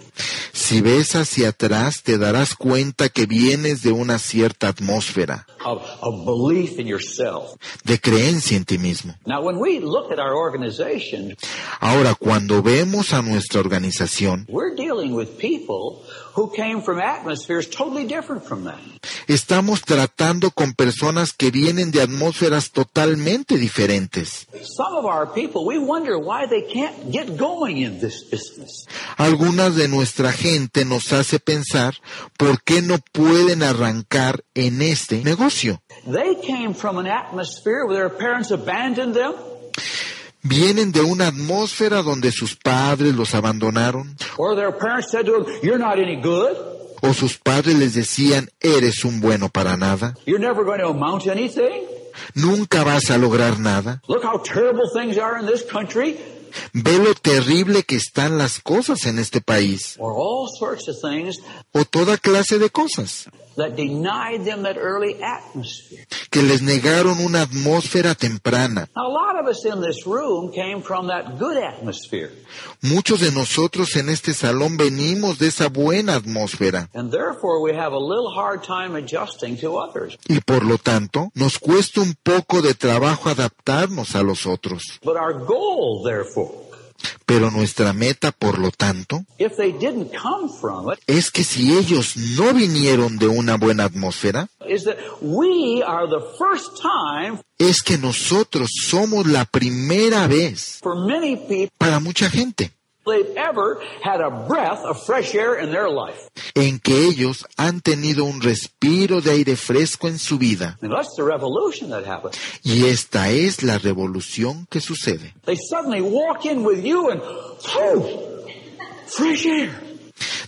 Speaker 2: Si ves hacia atrás te darás cuenta que vienes de una cierta atmósfera
Speaker 3: Of, of belief in yourself.
Speaker 2: de creencia en ti mismo.
Speaker 3: Now, when we look at our organization,
Speaker 2: Ahora, cuando vemos a nuestra organización,
Speaker 3: we're dealing dealing with people who came from atmospheres totally different from that.
Speaker 2: Estamos tratando con personas que vienen de atmósferas totalmente diferentes.
Speaker 3: Some of our people, we wonder why they can't get going in this business.
Speaker 2: Algunas de nuestra gente nos hace pensar por qué no pueden arrancar en este negocio.
Speaker 3: They came from an atmosphere where their parents abandoned them.
Speaker 2: Vienen de una atmósfera donde sus padres los abandonaron
Speaker 3: Or their parents said to them, You're not any good.
Speaker 2: o sus padres les decían eres un bueno para nada,
Speaker 3: You're never going to amount to anything.
Speaker 2: nunca vas a lograr nada.
Speaker 3: Look how terrible things are in this country.
Speaker 2: Ve lo terrible que están las cosas en este país
Speaker 3: Or all sorts of things
Speaker 2: o toda clase de cosas
Speaker 3: that denied them that early atmosphere.
Speaker 2: que les negaron una atmósfera temprana.
Speaker 3: Now, a lot of us in this room came from that good atmosphere.
Speaker 2: Muchos de nosotros en este salón venimos de esa buena atmósfera
Speaker 3: And therefore, we have a little hard time adjusting to others.
Speaker 2: y por lo tanto nos cuesta un poco de trabajo adaptarnos a los otros.
Speaker 3: But our goal, therefore,
Speaker 2: Pero nuestra meta, por lo tanto,
Speaker 3: if they didn't come from it,
Speaker 2: es que si ellos no vinieron de una buena atmósfera,
Speaker 3: is that we are the first time
Speaker 2: es que nosotros somos la primera vez
Speaker 3: for many people
Speaker 2: para mucha gente
Speaker 3: they've ever had a breath of fresh air in their life.
Speaker 2: en que ellos han tenido un respiro de aire fresco en su vida.
Speaker 3: And that's the revolution that happened.
Speaker 2: Y esta es la revolución que sucede.
Speaker 3: They suddenly walk in with you and, phew, fresh air.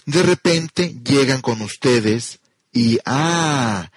Speaker 2: De repente llegan con ustedes y ¡ah!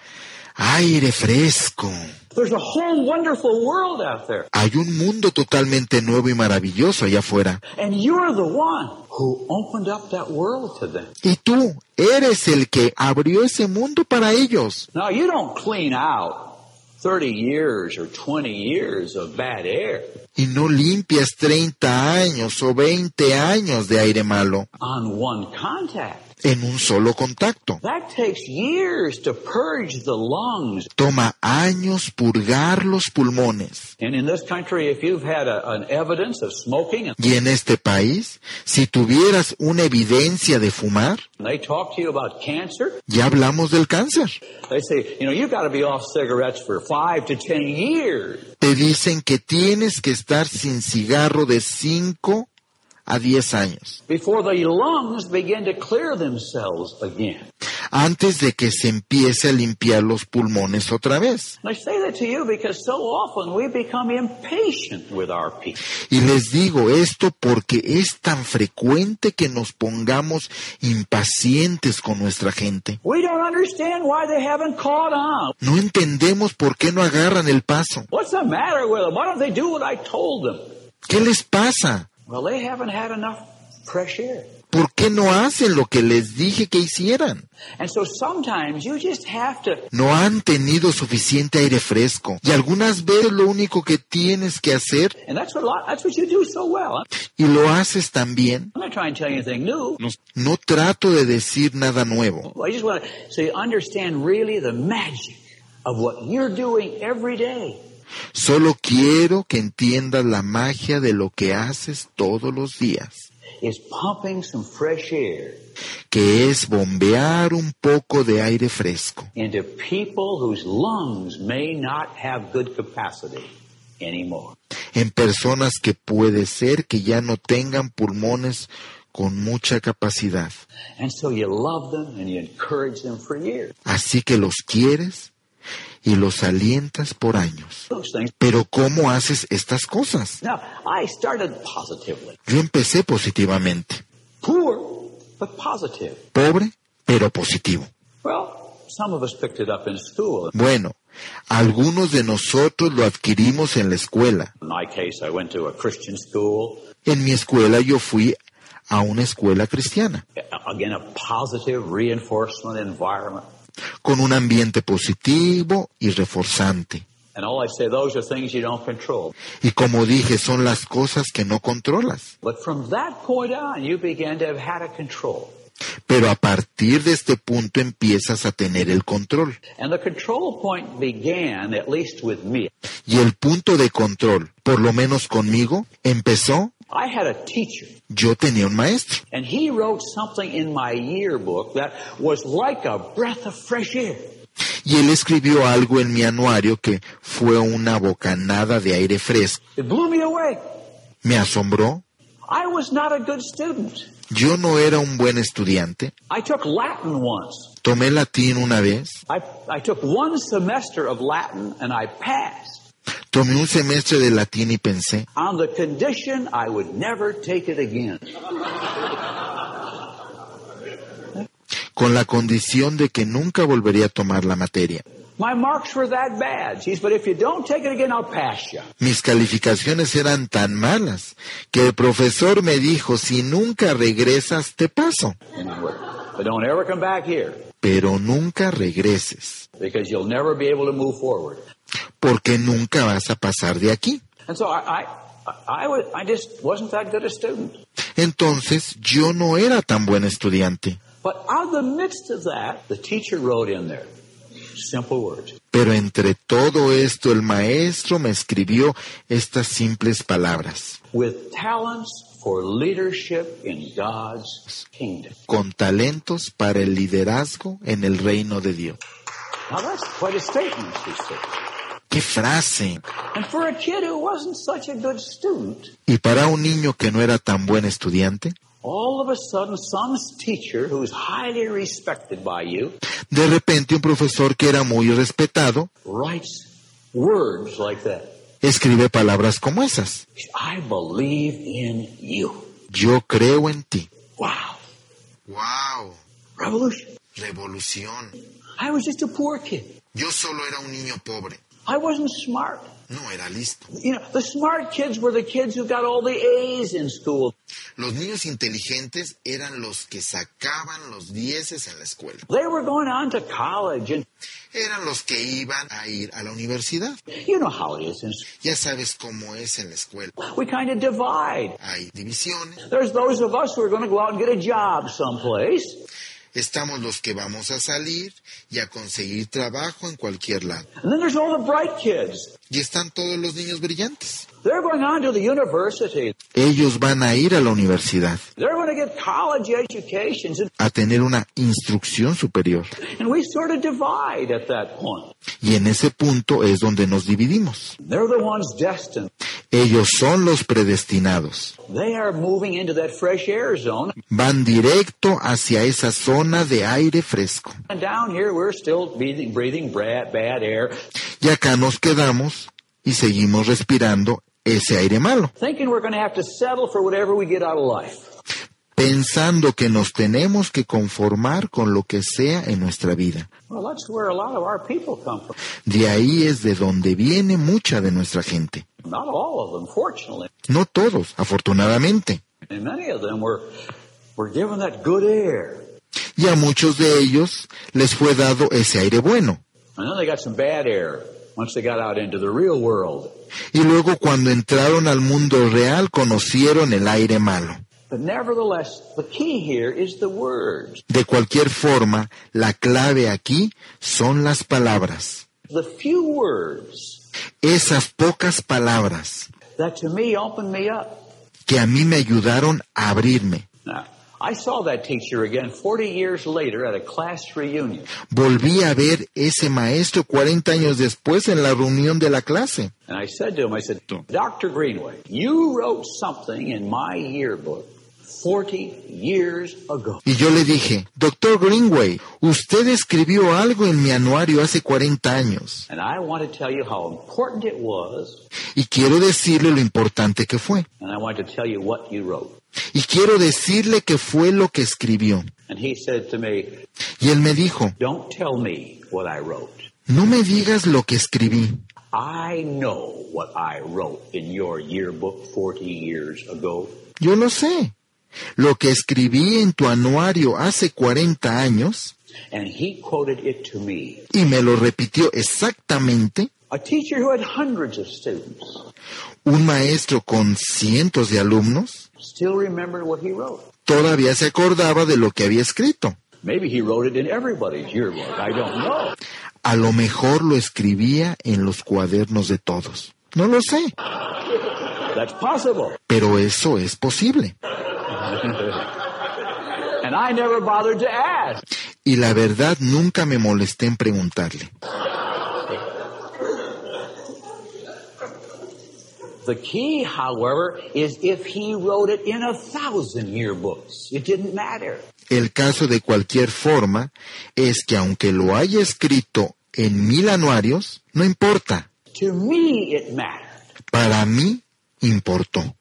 Speaker 2: Aire fresco.
Speaker 3: There's a whole wonderful world out there.
Speaker 2: Hay un mundo totalmente nuevo y maravilloso allá afuera.
Speaker 3: And you're the one who opened up that world to them.
Speaker 2: Y tú eres el que abrió ese mundo para ellos.
Speaker 3: Now, you don't clean out 30 years or 20 years of bad air
Speaker 2: Y no limpias 30 años o 20 años de aire malo
Speaker 3: on one contact.
Speaker 2: en un solo contacto.
Speaker 3: That takes years to purge the lungs.
Speaker 2: Toma años purgar los pulmones.
Speaker 3: And in this country, if you've had a, an evidence of smoking and
Speaker 2: Y en este país, si tuvieras una evidencia de fumar,
Speaker 3: they talk to you about cancer,
Speaker 2: ya hablamos del cáncer.
Speaker 3: they say, you know, you've got to be off cigarettes for five to 10 years.
Speaker 2: Te dicen que tienes que estar sin cigarro de 5 a 10 años,
Speaker 3: before the lungs begin to clear themselves again.
Speaker 2: antes de que se empiece a limpiar los pulmones otra vez.
Speaker 3: And I say that to you because so often we become impatient with our people.
Speaker 2: Y les digo esto porque es tan frecuente que nos pongamos impacientes con nuestra gente.
Speaker 3: We don't understand why they haven't caught on.
Speaker 2: No entendemos por qué no agarran el paso.
Speaker 3: What's the matter with them? Why don't they do what I told them?
Speaker 2: ¿Qué les pasa?
Speaker 3: Well, they haven't had enough fresh air.
Speaker 2: ¿Por qué no hacen lo que les dije que hicieran?
Speaker 3: And so sometimes you just have to
Speaker 2: No han tenido suficiente aire fresco. Y algunas veces lo único que tienes que hacer
Speaker 3: and that's what a lot, that's what you do so well.
Speaker 2: y lo haces también.
Speaker 3: I'm not trying to tell you anything new.
Speaker 2: No trato de decir nada nuevo,
Speaker 3: I just want to so you understand really the magic of what you're doing every day.
Speaker 2: solo quiero que entiendas la magia de lo que haces todos los días,
Speaker 3: is pumping some fresh air
Speaker 2: que es bombear un poco de aire fresco
Speaker 3: into people whose lungs may not have good capacity anymore.
Speaker 2: en personas que puede ser que ya no tengan pulmones con mucha capacidad.
Speaker 3: And so you love them and you encourage them for years.
Speaker 2: Así que los quieres y los alientas por años.
Speaker 3: Those things.
Speaker 2: Pero ¿cómo haces estas cosas?
Speaker 3: Now, I started positively.
Speaker 2: Yo empecé positivamente,
Speaker 3: Poor, but positive.
Speaker 2: pobre, pero positivo.
Speaker 3: Well, some of us picked it up in school.
Speaker 2: Bueno, algunos de nosotros lo adquirimos en la escuela.
Speaker 3: In my case, I went to a Christian school.
Speaker 2: En mi escuela yo fui a una escuela cristiana,
Speaker 3: Again, a positive reinforcement environment.
Speaker 2: con un ambiente positivo y reforzante.
Speaker 3: And all I say, those are things you don't control.
Speaker 2: Y como dije, son las cosas que no controlas.
Speaker 3: But from that point on, you began to have had a control.
Speaker 2: Pero a partir de este punto empiezas a tener el control.
Speaker 3: And the control point began, at least with me,
Speaker 2: Y el punto de control, por lo menos conmigo, empezó
Speaker 3: I had a teacher,
Speaker 2: Yo tenía un maestro
Speaker 3: and he wrote something in my yearbook that was like a breath of fresh air.
Speaker 2: y él escribió algo en mi anuario que fue una bocanada de aire fresco.
Speaker 3: It blew me away.
Speaker 2: Me asombró.
Speaker 3: I was not a good student.
Speaker 2: Yo no era un buen estudiante.
Speaker 3: I took Latin once.
Speaker 2: Tomé latín una vez.
Speaker 3: I, I took one semester of Latin and I passed
Speaker 2: Tomé un semestre de latín y pensé,
Speaker 3: on the condition I would never take it again.
Speaker 2: con la condición de que nunca volvería a tomar la materia.
Speaker 3: My marks were that bad. He said, but if you don't take it again, I'll pass you.
Speaker 2: Mis calificaciones eran tan malas que el profesor me dijo, si nunca regresas, te paso,
Speaker 3: And I would. But don't ever come back here
Speaker 2: pero nunca regreses,
Speaker 3: because you'll never be able to move forward.
Speaker 2: porque nunca vas a pasar de aquí.
Speaker 3: And so I, I, I, was, I just wasn't that good a student.
Speaker 2: Entonces yo no era tan buen estudiante,
Speaker 3: But out of the midst of that, the teacher wrote in there simple words.
Speaker 2: pero entre todo esto el maestro me escribió estas simples palabras,
Speaker 3: with talents for leadership in God's kingdom.
Speaker 2: con talentos para el liderazgo en el reino de Dios.
Speaker 3: Now that's quite a statement, she said.
Speaker 2: ¡Qué frase!
Speaker 3: And for a kid who wasn't such a good student,
Speaker 2: Y para un niño que no era tan buen estudiante,
Speaker 3: all of a sudden some teacher who's highly respected by you
Speaker 2: de repente un profesor que era muy respetado
Speaker 3: writes words like that.
Speaker 2: escribe palabras como esas.
Speaker 3: I believe in you.
Speaker 2: Yo creo en ti.
Speaker 3: Wow.
Speaker 2: ¡Wow!
Speaker 3: Revolution.
Speaker 2: Revolución.
Speaker 3: I was just a poor kid.
Speaker 2: Yo solo era un niño pobre.
Speaker 3: I wasn't smart.
Speaker 2: No era listo.
Speaker 3: You know, the smart kids were the kids who got all the A's in school.
Speaker 2: Los niños inteligentes eran los que sacaban los dieces en la escuela.
Speaker 3: They were going on to college and
Speaker 2: Eran los que iban a ir a la universidad.
Speaker 3: You know how it is. in school.
Speaker 2: Ya sabes cómo es en la escuela.
Speaker 3: We kind of divide.
Speaker 2: Hay divisiones.
Speaker 3: There's those of us who are going to go out and get a job someplace.
Speaker 2: Estamos los que vamos a salir y a conseguir trabajo en cualquier lado.
Speaker 3: And then there's all the bright kids.
Speaker 2: Y están todos los niños brillantes.
Speaker 3: They're going on to the university.
Speaker 2: Ellos van a ir a la universidad,
Speaker 3: They're going to get college educations. And,
Speaker 2: a tener una instrucción superior.
Speaker 3: and we sort of divide at that point.
Speaker 2: Y en ese punto es donde nos dividimos.
Speaker 3: They're the ones destined.
Speaker 2: Ellos son los predestinados.
Speaker 3: They are moving into that fresh air zone.
Speaker 2: Van directo hacia esa zona de aire fresco.
Speaker 3: And down here, we're still breathing, breathing bad, bad air,
Speaker 2: Y acá nos quedamos y seguimos respirando ese aire malo,
Speaker 3: thinking we're going to have to settle for whatever we get out of life.
Speaker 2: pensando que nos tenemos que conformar con lo que sea en nuestra vida.
Speaker 3: Well, that's where a lot of our people come from.
Speaker 2: De ahí es de donde viene mucha de nuestra gente.
Speaker 3: Not all of them, fortunately.
Speaker 2: No todos, afortunadamente.
Speaker 3: And many of them were, were given that good air.
Speaker 2: Y a muchos de ellos les fue dado ese aire bueno.
Speaker 3: And then they got some bad air once they got out into the real world.
Speaker 2: Y luego cuando entraron al mundo real conocieron el aire malo.
Speaker 3: But nevertheless, the key here is the words.
Speaker 2: De cualquier forma, la clave aquí son las palabras.
Speaker 3: The few words
Speaker 2: Esas pocas palabras
Speaker 3: that to me opened me up.
Speaker 2: que a mí me ayudaron a abrirme.
Speaker 3: Now, I saw that teacher again 40 years later at a class reunion.
Speaker 2: Volví a ver ese maestro 40 años después en la reunión de la clase.
Speaker 3: And I said to him, I said, Dr. Greenway, you wrote something in my yearbook 40 years ago.
Speaker 2: Y yo le dije, doctor Greenway, usted escribió algo en mi anuario hace 40 años
Speaker 3: And I want to tell you how important it was
Speaker 2: y quiero decirle lo importante que fue.
Speaker 3: and I wanted to tell you what you wrote.
Speaker 2: Y quiero decirle que fue lo que escribió.
Speaker 3: And he said to me,
Speaker 2: Y él me dijo,
Speaker 3: Don't tell me what I wrote.
Speaker 2: no me digas lo que escribí.
Speaker 3: I know what I wrote in your yearbook 40 years ago.
Speaker 2: Yo lo sé. Lo que escribí en tu anuario hace 40 años
Speaker 3: And he quoted it to me.
Speaker 2: y me lo repitió exactamente
Speaker 3: A teacher who had hundreds of students
Speaker 2: un maestro con cientos de alumnos,
Speaker 3: still remembered what he wrote.
Speaker 2: todavía se acordaba de lo que había escrito.
Speaker 3: Maybe he wrote it in everybody's yearbook. I don't know.
Speaker 2: A lo mejor lo escribía en los cuadernos de todos. No lo sé.
Speaker 3: That's possible. (laughs)
Speaker 2: Pero eso es posible.
Speaker 3: And I never bothered to ask.
Speaker 2: Y la verdad nunca me molesté en preguntarle.
Speaker 3: The key, however, is if he wrote it in a thousand yearbooks. It didn't matter.
Speaker 2: El caso de cualquier forma es que aunque lo haya escrito en mil anuarios, no importa.
Speaker 3: To me, it mattered.
Speaker 2: Para mí, importó.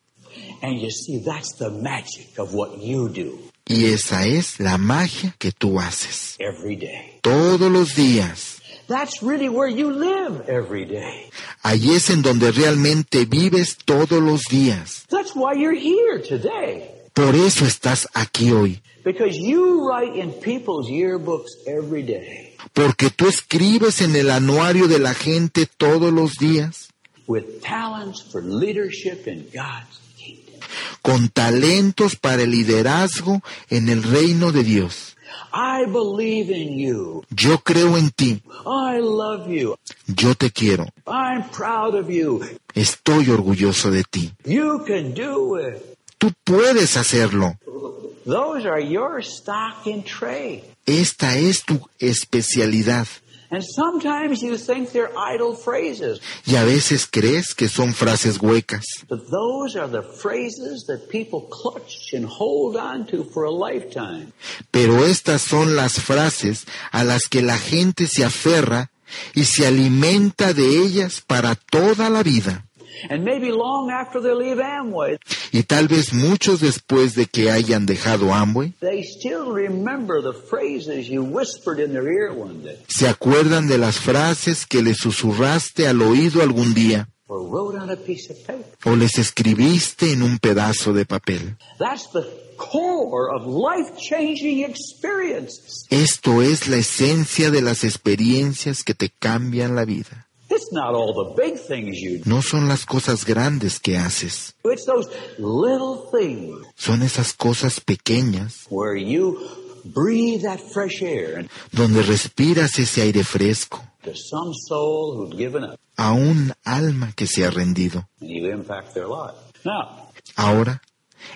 Speaker 3: And you see, that's the magic of what you do
Speaker 2: Y esa es la magia que tú haces.
Speaker 3: every day.
Speaker 2: Todos los días.
Speaker 3: That's really where you live every day.
Speaker 2: Ahí es en donde realmente vives todos los días.
Speaker 3: That's why you're here today.
Speaker 2: Por eso estás aquí hoy.
Speaker 3: Because you write in people's yearbooks every day
Speaker 2: Porque tú escribes en el anuario de la gente todos los días.
Speaker 3: with talents for leadership in God's kingdom.
Speaker 2: Con talentos para el liderazgo en el reino de Dios.
Speaker 3: I believe in you.
Speaker 2: Yo creo en ti.
Speaker 3: I love you.
Speaker 2: Yo te quiero.
Speaker 3: I'm proud of you.
Speaker 2: Estoy orgulloso de ti.
Speaker 3: You can do it.
Speaker 2: Tú puedes hacerlo.
Speaker 3: Those are your stock in trade.
Speaker 2: Esta es tu especialidad.
Speaker 3: And sometimes you think they're idle phrases,
Speaker 2: Y a veces crees que son frases huecas.
Speaker 3: but those are the phrases that people clutch and hold on to for a lifetime.
Speaker 2: Pero estas son las frases a las que la gente se aferra y se alimenta de ellas para toda la vida.
Speaker 3: And maybe long after they leave Amway,
Speaker 2: Y tal vez muchos después de que hayan dejado Amway,
Speaker 3: they still remember the phrases you whispered in their ear one day
Speaker 2: se acuerdan de las frases que les susurraste al oído algún día
Speaker 3: or wrote on a piece of paper.
Speaker 2: o les escribiste en un pedazo de papel.
Speaker 3: That's the core of life-changing experiences.
Speaker 2: Esto es la esencia de las experiencias que te cambian la vida.
Speaker 3: It's not all the big things you
Speaker 2: No son las cosas grandes que haces,
Speaker 3: do. It's those little things
Speaker 2: son esas cosas pequeñas
Speaker 3: where you breathe that fresh air and
Speaker 2: donde respiras ese aire fresco
Speaker 3: to some soul who'd given up
Speaker 2: a un alma que se ha rendido.
Speaker 3: and you impact their life. Now,
Speaker 2: Ahora,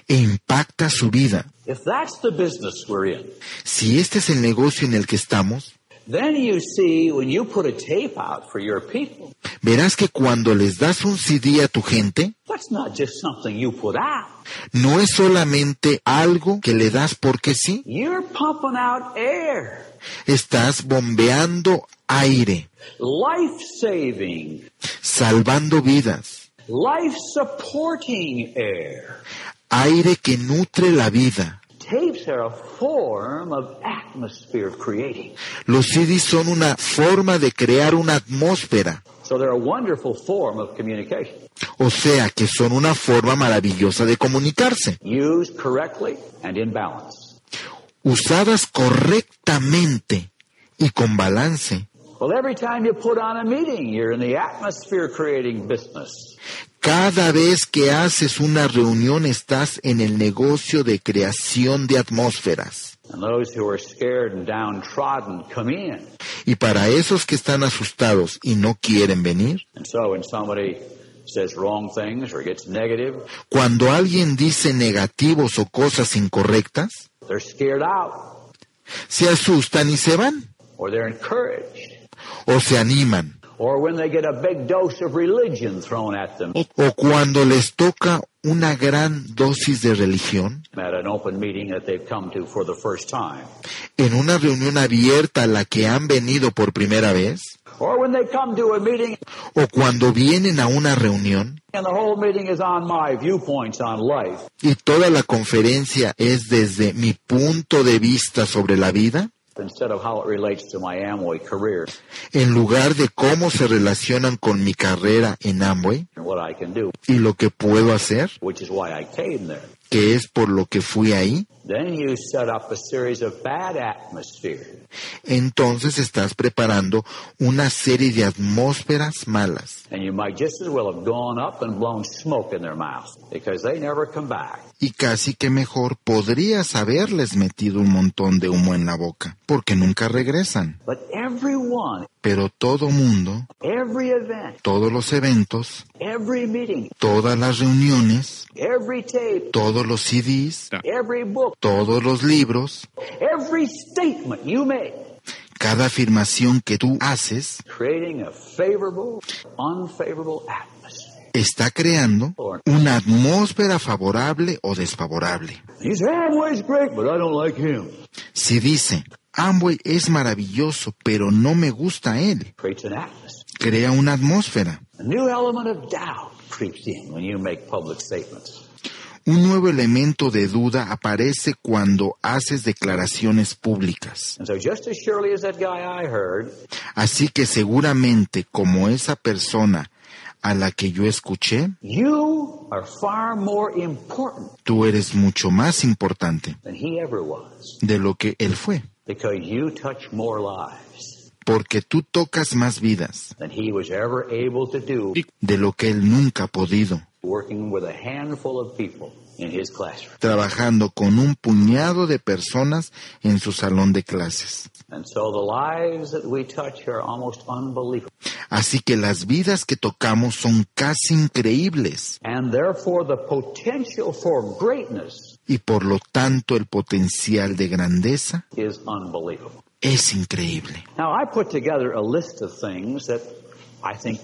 Speaker 2: e impacta su vida.
Speaker 3: if that's the business we're in,
Speaker 2: Si este es el negocio en el que estamos,
Speaker 3: then you see when you put a tape out for your people,
Speaker 2: verás que cuando les das un CD a tu gente,
Speaker 3: that's not just something you put out.
Speaker 2: no es solamente algo que le das porque sí,
Speaker 3: You're pumping out air,
Speaker 2: estás bombeando aire,
Speaker 3: life saving,
Speaker 2: salvando vidas,
Speaker 3: life supporting air.
Speaker 2: aire que nutre la vida.
Speaker 3: Tapes are a form of atmosphere creating.
Speaker 2: Los CDs son una forma de crear una atmósfera,
Speaker 3: So they're a wonderful form of communication.
Speaker 2: o sea que son una forma maravillosa de comunicarse.
Speaker 3: Used correctly and in balance.
Speaker 2: usadas correctamente y con balance.
Speaker 3: Well, every time you put on a meeting, you're in the atmosphere creating business.
Speaker 2: Cada vez que haces una reunión estás en el negocio de creación de atmósferas.
Speaker 3: And those who are scared and downtrodden come in.
Speaker 2: Y para esos que están asustados y no quieren venir,
Speaker 3: And so when somebody says wrong things or gets negative,
Speaker 2: cuando alguien dice negativos o cosas incorrectas,
Speaker 3: they're scared out
Speaker 2: se asustan y se van,
Speaker 3: or they're encouraged.
Speaker 2: o se animan,
Speaker 3: Or when they get a big dose of religion thrown at them
Speaker 2: o, o cuando les toca una gran dosis de religión
Speaker 3: at an open meeting that they've come to for the first time.
Speaker 2: en una reunión abierta a la que han venido por primera vez,
Speaker 3: Or when they come to a meeting
Speaker 2: o cuando vienen a una reunión
Speaker 3: and the whole meeting is on my viewpoints on life.
Speaker 2: y toda la conferencia es desde mi punto de vista sobre la vida,
Speaker 3: instead of how it relates to my Amway career
Speaker 2: en lugar de cómo se relacionan con mi carrera en Amway
Speaker 3: and what I can do,
Speaker 2: y lo que puedo hacer,
Speaker 3: which is why I came there.
Speaker 2: que es por lo que fui ahí,
Speaker 3: Then you set up a series of bad atmosphere.
Speaker 2: entonces estás preparando una serie de atmósferas malas
Speaker 3: And you might just as well have gone up and blown smoke in their mouth because they never come back.
Speaker 2: y casi que mejor podrías haberles metido un montón de humo en la boca, porque nunca regresan.
Speaker 3: But everyone,
Speaker 2: Pero todo mundo,
Speaker 3: every event,
Speaker 2: todos los eventos,
Speaker 3: every meeting,
Speaker 2: todas las reuniones,
Speaker 3: every tape,
Speaker 2: todos los CDs,
Speaker 3: every book,
Speaker 2: todos los libros,
Speaker 3: every statement you make,
Speaker 2: cada afirmación que tú haces
Speaker 3: creating a favorable, unfavorable atmosphere.
Speaker 2: está creando una atmósfera favorable o desfavorable.
Speaker 3: You say, Amway's great, but I don't like him.
Speaker 2: Si dice, Amway es maravilloso, pero no me gusta él,
Speaker 3: Creates an atmosphere.
Speaker 2: crea una atmósfera.
Speaker 3: A new element of doubt creeps in when you make public statements.
Speaker 2: Un nuevo elemento de duda aparece cuando haces declaraciones públicas.
Speaker 3: And so just as surely as that guy I heard
Speaker 2: Así que seguramente como esa persona a la que yo escuché,
Speaker 3: You are far more important
Speaker 2: tú eres mucho más importante
Speaker 3: than he ever was
Speaker 2: de lo que él fue,
Speaker 3: because you touch more lives
Speaker 2: porque tú tocas más vidas
Speaker 3: than he was ever able to do
Speaker 2: de lo que él nunca ha podido,
Speaker 3: working with a handful of people in his classroom.
Speaker 2: trabajando con un puñado de personas en su salón de clases.
Speaker 3: And so the lives that we touch are almost unbelievable.
Speaker 2: Así que las vidas que tocamos son casi increíbles
Speaker 3: And therefore the potential for greatness
Speaker 2: y por lo tanto el potencial de grandeza
Speaker 3: is unbelievable.
Speaker 2: es increíble.
Speaker 3: Now I put together a list of things that I think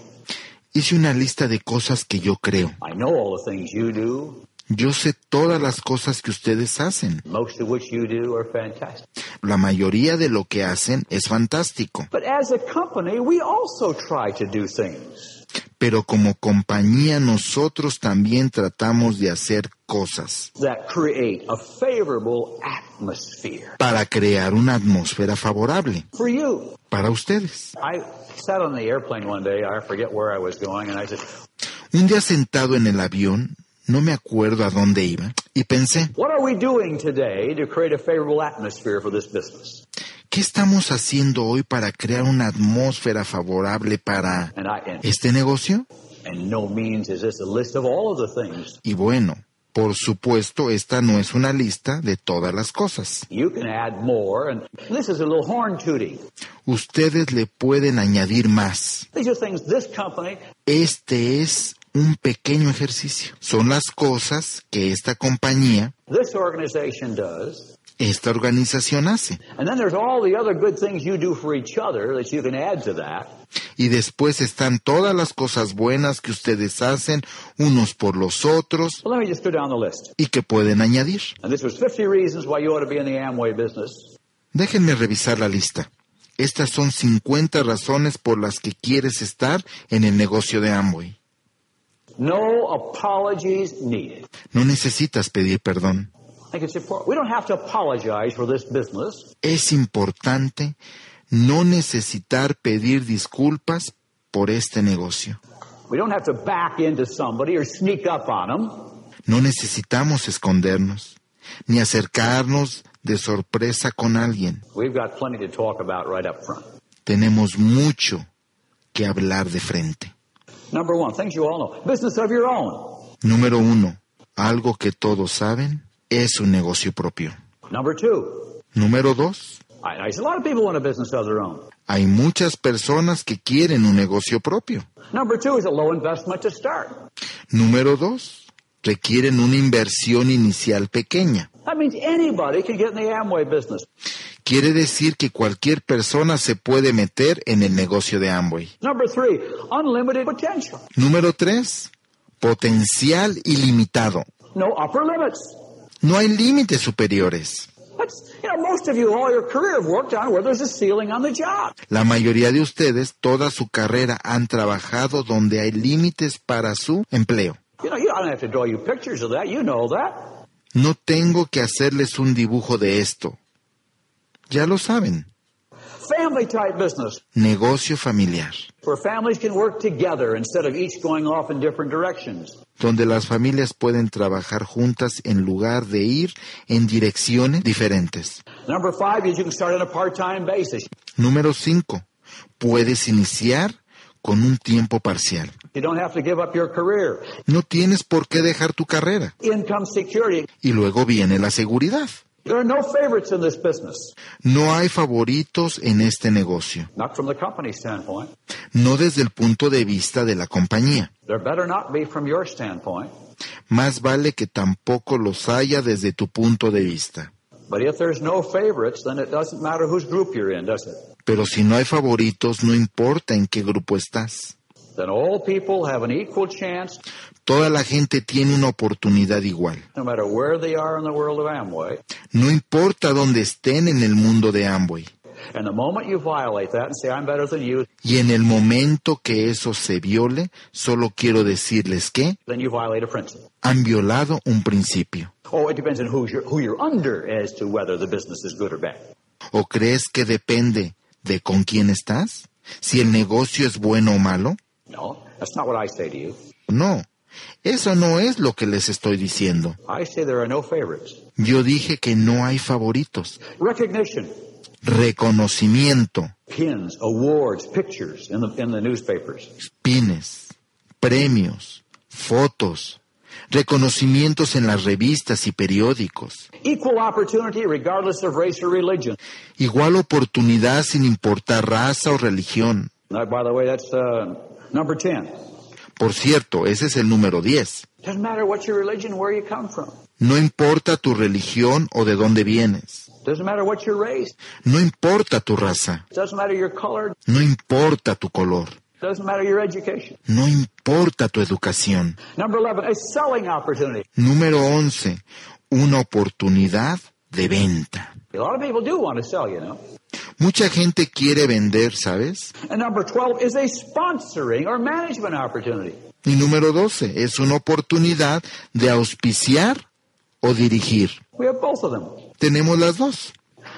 Speaker 2: Hice una lista de cosas que yo creo.
Speaker 3: I know all the things you do,
Speaker 2: Yo sé todas las cosas que ustedes hacen.
Speaker 3: most of which you do are fantastic.
Speaker 2: La mayoría de lo que hacen es fantástico,
Speaker 3: But as a company, we also try to do things.
Speaker 2: pero como compañía nosotros también tratamos de hacer cosas
Speaker 3: that create a favorable atmosphere
Speaker 2: para crear una atmósfera favorable
Speaker 3: for you.
Speaker 2: para ustedes.
Speaker 3: I sat on the airplane one day, I forget where I was going, and I said,
Speaker 2: Un día sentado en el avión, no me acuerdo a dónde iba, y pensé,
Speaker 3: What are we doing today to create a favorable atmosphere for this business?
Speaker 2: ¿qué estamos haciendo hoy para crear una atmósfera favorable para
Speaker 3: And I, and,
Speaker 2: este negocio?
Speaker 3: and no means is this a list of all of the things.
Speaker 2: Y bueno, por supuesto, esta no es una lista de todas las cosas.
Speaker 3: You can add more, and this is a little horn tooting.
Speaker 2: Ustedes le pueden añadir más.
Speaker 3: These are things this company,
Speaker 2: Este es un pequeño ejercicio. Son las cosas que esta compañía,
Speaker 3: this organization does.
Speaker 2: esta organización hace.
Speaker 3: And then there's all the other good things you do for each other that you can add to that.
Speaker 2: Y después están todas las cosas buenas que ustedes hacen unos por los otros
Speaker 3: Well, let me just go down the list.
Speaker 2: y que pueden añadir.
Speaker 3: And this was 50 reasons why you ought to be in the Amway business.
Speaker 2: Déjenme revisar la lista. Estas son 50 razones por las que quieres estar en el negocio de Amway.
Speaker 3: No apologies needed.
Speaker 2: No necesitas pedir perdón.
Speaker 3: I think it's important. We don't have to apologize for this business.
Speaker 2: Es importante no necesitar pedir disculpas por este negocio.
Speaker 3: We don't have to back into somebody or sneak up on them.
Speaker 2: No necesitamos escondernos, ni acercarnos de sorpresa con alguien.
Speaker 3: We've got plenty to talk about right up front.
Speaker 2: Tenemos mucho que hablar de frente.
Speaker 3: Number one, things you all know. Business of your own.
Speaker 2: Número uno, algo que todos saben es un negocio propio.
Speaker 3: Number two,
Speaker 2: Número dos,
Speaker 3: I, I see a lot of people want a business of their own.
Speaker 2: hay muchas personas que quieren un negocio propio.
Speaker 3: Number two is a low investment to start.
Speaker 2: Número dos, requieren una inversión inicial pequeña.
Speaker 3: That means anybody can get in the Amway business.
Speaker 2: Quiere decir que cualquier persona se puede meter en el negocio de Amway.
Speaker 3: Number three, unlimited potential.
Speaker 2: Número tres, potencial ilimitado.
Speaker 3: No upper limits.
Speaker 2: No hay límites superiores.
Speaker 3: That's, you know, most of you all your career have worked on where there's a ceiling on the job.
Speaker 2: La mayoría de ustedes toda su carrera han trabajado donde hay límites para su empleo.
Speaker 3: You know, you, I don't have to draw you pictures of that. You know that.
Speaker 2: No tengo que hacerles un dibujo de esto. Ya lo saben,
Speaker 3: Family type business
Speaker 2: negocio familiar,
Speaker 3: where families can work together instead of each going off in different directions.
Speaker 2: donde las familias pueden trabajar juntas en lugar de ir en direcciones diferentes.
Speaker 3: Number five is you can start on a part-time basis.
Speaker 2: Número 5. Puedes iniciar con un tiempo parcial.
Speaker 3: You don't have to give up your career.
Speaker 2: No tienes por qué dejar tu carrera.
Speaker 3: Income security.
Speaker 2: Y luego viene la seguridad.
Speaker 3: There are no favorites in this business.
Speaker 2: No hay favoritos en este negocio,
Speaker 3: Not from the company standpoint.
Speaker 2: no desde el punto de vista de la compañía.
Speaker 3: There better not be from your standpoint.
Speaker 2: Más vale que tampoco los haya desde tu punto de vista.
Speaker 3: But if there's no favorites, then it doesn't matter whose group you're in, does it?
Speaker 2: Pero si no hay favoritos, no importa en qué grupo estás.
Speaker 3: Then all people have an equal chance,
Speaker 2: Toda la gente tiene una oportunidad igual.
Speaker 3: no matter where they are in the world of Amway.
Speaker 2: No importa dónde estén en el mundo de Amway.
Speaker 3: And the moment you violate that and say, I'm better than you,
Speaker 2: Y en el momento que eso se viole, solo quiero decirles que
Speaker 3: then you violate a principle.
Speaker 2: han violado un principio.
Speaker 3: Oh, it depends on who you're, who you're under as to whether the business is good or bad.
Speaker 2: ¿O crees que depende de con quién estás? ¿Si el negocio es bueno o malo?
Speaker 3: No, that's not what I say to you.
Speaker 2: No, eso no es lo que les estoy diciendo.
Speaker 3: I say there are no favorites.
Speaker 2: Yo dije que no hay favoritos.
Speaker 3: Recognition,
Speaker 2: Reconocimiento,
Speaker 3: pins, awards, pictures in the, in the newspapers.
Speaker 2: pines, premios, fotos, reconocimientos en las revistas y periódicos,
Speaker 3: Equal opportunity regardless of race or religion.
Speaker 2: igual oportunidad sin importar raza o religión.
Speaker 3: Now, by the way, that's uh, number 10.
Speaker 2: Por cierto, ese es el número 10.
Speaker 3: Doesn't matter what your religion, where you come from.
Speaker 2: No importa tu religión o de dónde vienes.
Speaker 3: Doesn't matter what your race.
Speaker 2: No importa tu raza.
Speaker 3: Doesn't matter your color.
Speaker 2: No importa tu color.
Speaker 3: Doesn't matter your education.
Speaker 2: No importa tu educación.
Speaker 3: Number 11, a selling opportunity.
Speaker 2: Número 11. Una oportunidad de venta.
Speaker 3: A lot of people do want to sell, you know.
Speaker 2: Mucha gente quiere vender, ¿sabes?
Speaker 3: And number 12 is a sponsoring or management opportunity.
Speaker 2: Y número 12. Es una oportunidad de auspiciar o dirigir.
Speaker 3: We have both of them.
Speaker 2: Tenemos las dos.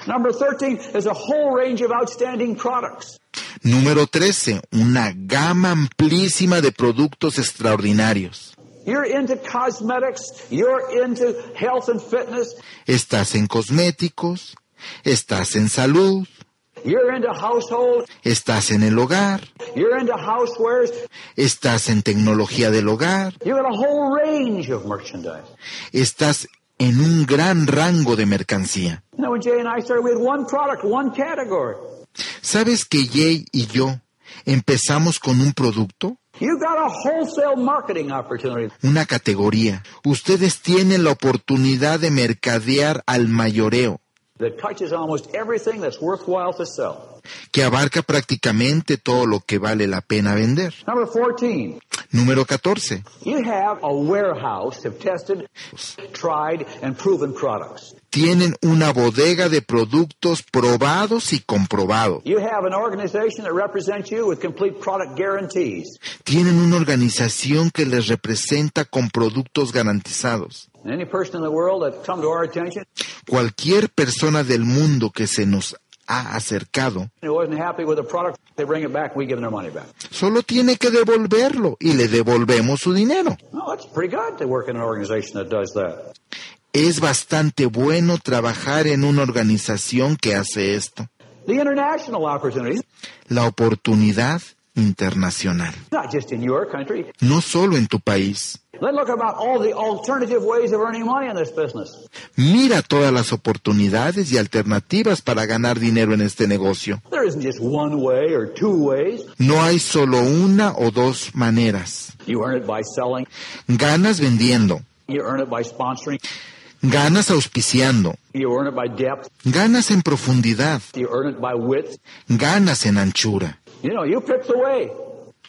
Speaker 3: Number 13 is a whole range of outstanding products.
Speaker 2: Número 13. Una gama amplísima de productos extraordinarios.
Speaker 3: You're into cosmetics, you're into health and fitness,
Speaker 2: Estás en cosméticos, estás en salud,
Speaker 3: you're into household,
Speaker 2: estás en el hogar,
Speaker 3: you're into housewares,
Speaker 2: estás en tecnología del hogar,
Speaker 3: you got a whole range of merchandise.
Speaker 2: estás en un gran rango de mercancía.
Speaker 3: You know, when Jay and I started, we had one product, one category.
Speaker 2: ¿Sabes que Jay y yo empezamos con un producto?
Speaker 3: You got a wholesale marketing opportunity.
Speaker 2: Una categoría. Ustedes tienen la oportunidad de mercadear al mayoreo,
Speaker 3: that touches almost everything that's worthwhile to sell.
Speaker 2: que abarca prácticamente todo lo que vale la pena vender.
Speaker 3: Number 14,
Speaker 2: Número 14.
Speaker 3: you have a warehouse of tested, tried, and proven products.
Speaker 2: Tienen una bodega de productos probados y comprobados.
Speaker 3: You have an organization that represents you with complete product guarantees.
Speaker 2: Tienen una organización que les representa con productos garantizados.
Speaker 3: And any person in the world that's come to our attention
Speaker 2: Cualquier persona del mundo que se nos ha acercado
Speaker 3: who wasn't happy with a product, they bring it back, we give them their money back.
Speaker 2: solo tiene que devolverlo y le devolvemos su dinero.
Speaker 3: Well, that's pretty good to work in an organization that does that.
Speaker 2: Es bastante bueno trabajar en una organización que hace esto.
Speaker 3: The international opportunities,
Speaker 2: La oportunidad internacional.
Speaker 3: not just in your country.
Speaker 2: No solo en tu país.
Speaker 3: Then look about all the alternative ways of earning money in this business.
Speaker 2: Mira todas las oportunidades y alternativas para ganar dinero en este negocio.
Speaker 3: There isn't just one way or two ways.
Speaker 2: No hay solo una o dos maneras.
Speaker 3: You earn it by selling.
Speaker 2: Ganas vendiendo,
Speaker 3: You earn it by sponsoring.
Speaker 2: ganas auspiciando,
Speaker 3: You earn it by depth.
Speaker 2: ganas en profundidad,
Speaker 3: You earn it by width.
Speaker 2: ganas en anchura.
Speaker 3: You know, you pick the way.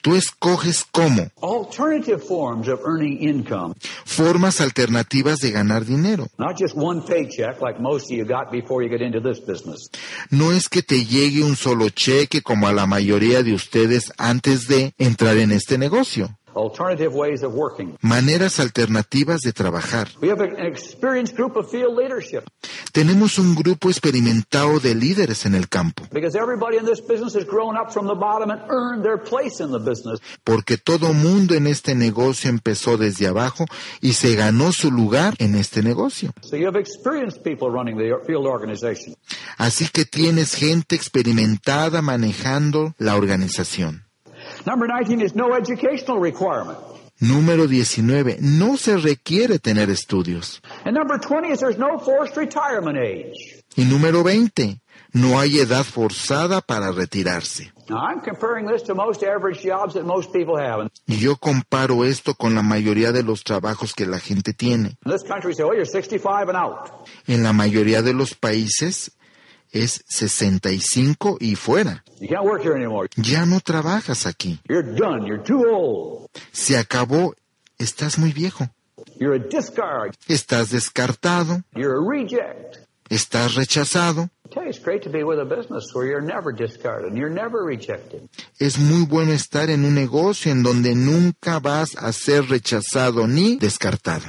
Speaker 2: Tú escoges cómo,
Speaker 3: Alternative forms of earning income.
Speaker 2: formas alternativas de ganar dinero.
Speaker 3: Not just one paycheck like most of you got before you get into this business.
Speaker 2: No es que te llegue un solo cheque como a la mayoría de ustedes antes de entrar en este negocio.
Speaker 3: Alternative ways of working.
Speaker 2: Maneras alternativas de trabajar.
Speaker 3: We have an experienced group of field leadership
Speaker 2: Tenemos un grupo experimentado de líderes en el campo,
Speaker 3: because everybody in this business has grown up from the bottom and earned their place in the business.
Speaker 2: porque todo mundo en este negocio empezó desde abajo y se ganó su lugar en este negocio.
Speaker 3: So you have experienced people running the field organization.
Speaker 2: Así que tienes gente experimentada manejando la organización.
Speaker 3: Number 19 is no educational requirement.
Speaker 2: Número 19. No se requiere tener estudios.
Speaker 3: And number 20 is there's no forced retirement age.
Speaker 2: Y número 20. No hay edad forzada para retirarse.
Speaker 3: Now, I'm comparing this to most average jobs that most people have. In
Speaker 2: Y yo comparo esto con la mayoría de los trabajos que la gente tiene.
Speaker 3: this country, we say, well, you're 65 and out.
Speaker 2: En la mayoría de los países es 65 y fuera.
Speaker 3: You can't work here anymore.
Speaker 2: Ya no trabajas aquí.
Speaker 3: You're done. You're too old.
Speaker 2: Se acabó. Estás muy viejo.
Speaker 3: You're a discard.
Speaker 2: Estás descartado.
Speaker 3: You're a reject.
Speaker 2: Estás rechazado.
Speaker 3: I tell you, it's great to be with a business where you're never discarded. You're never rejected.
Speaker 2: Es muy bueno estar en un negocio en donde nunca vas a ser rechazado ni descartado.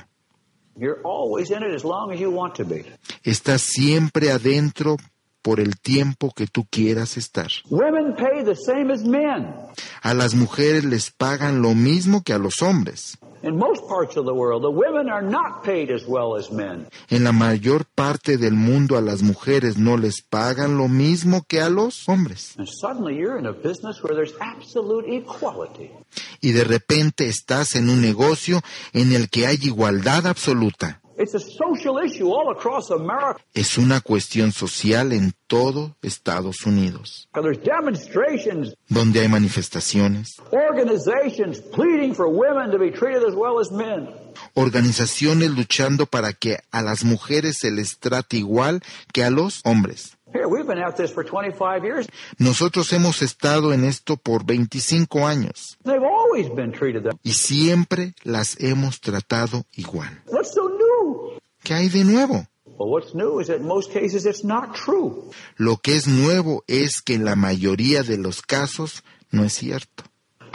Speaker 3: You're always in it as long as you want to be.
Speaker 2: Estás siempre adentro por el tiempo que tú quieras estar.
Speaker 3: Women pay the same as men.
Speaker 2: A las mujeres les pagan lo mismo que a los hombres.
Speaker 3: In most parts of the world, the women are not paid as well as men.
Speaker 2: En la mayor parte del mundo a las mujeres no les pagan lo mismo que a los hombres.
Speaker 3: And suddenly you're in a business where there's absolute equality.
Speaker 2: Y de repente estás en un negocio en el que hay igualdad absoluta.
Speaker 3: It's a social issue all across America.
Speaker 2: Es una cuestión social en todo Estados Unidos,
Speaker 3: There's demonstrations,
Speaker 2: donde hay manifestaciones,
Speaker 3: organizations pleading for women to be treated as well as men.
Speaker 2: organizaciones luchando para que a las mujeres se les trate igual que a los hombres.
Speaker 3: Here, we've been at this for 25 years.
Speaker 2: Nosotros hemos estado en esto por 25 años
Speaker 3: They've always been treated that.
Speaker 2: y siempre las hemos tratado igual.
Speaker 3: What's so new?
Speaker 2: ¿Qué hay de nuevo?
Speaker 3: Well, what's new is that in most cases it's not true.
Speaker 2: Lo que es nuevo es que en la mayoría de los casos no es cierto.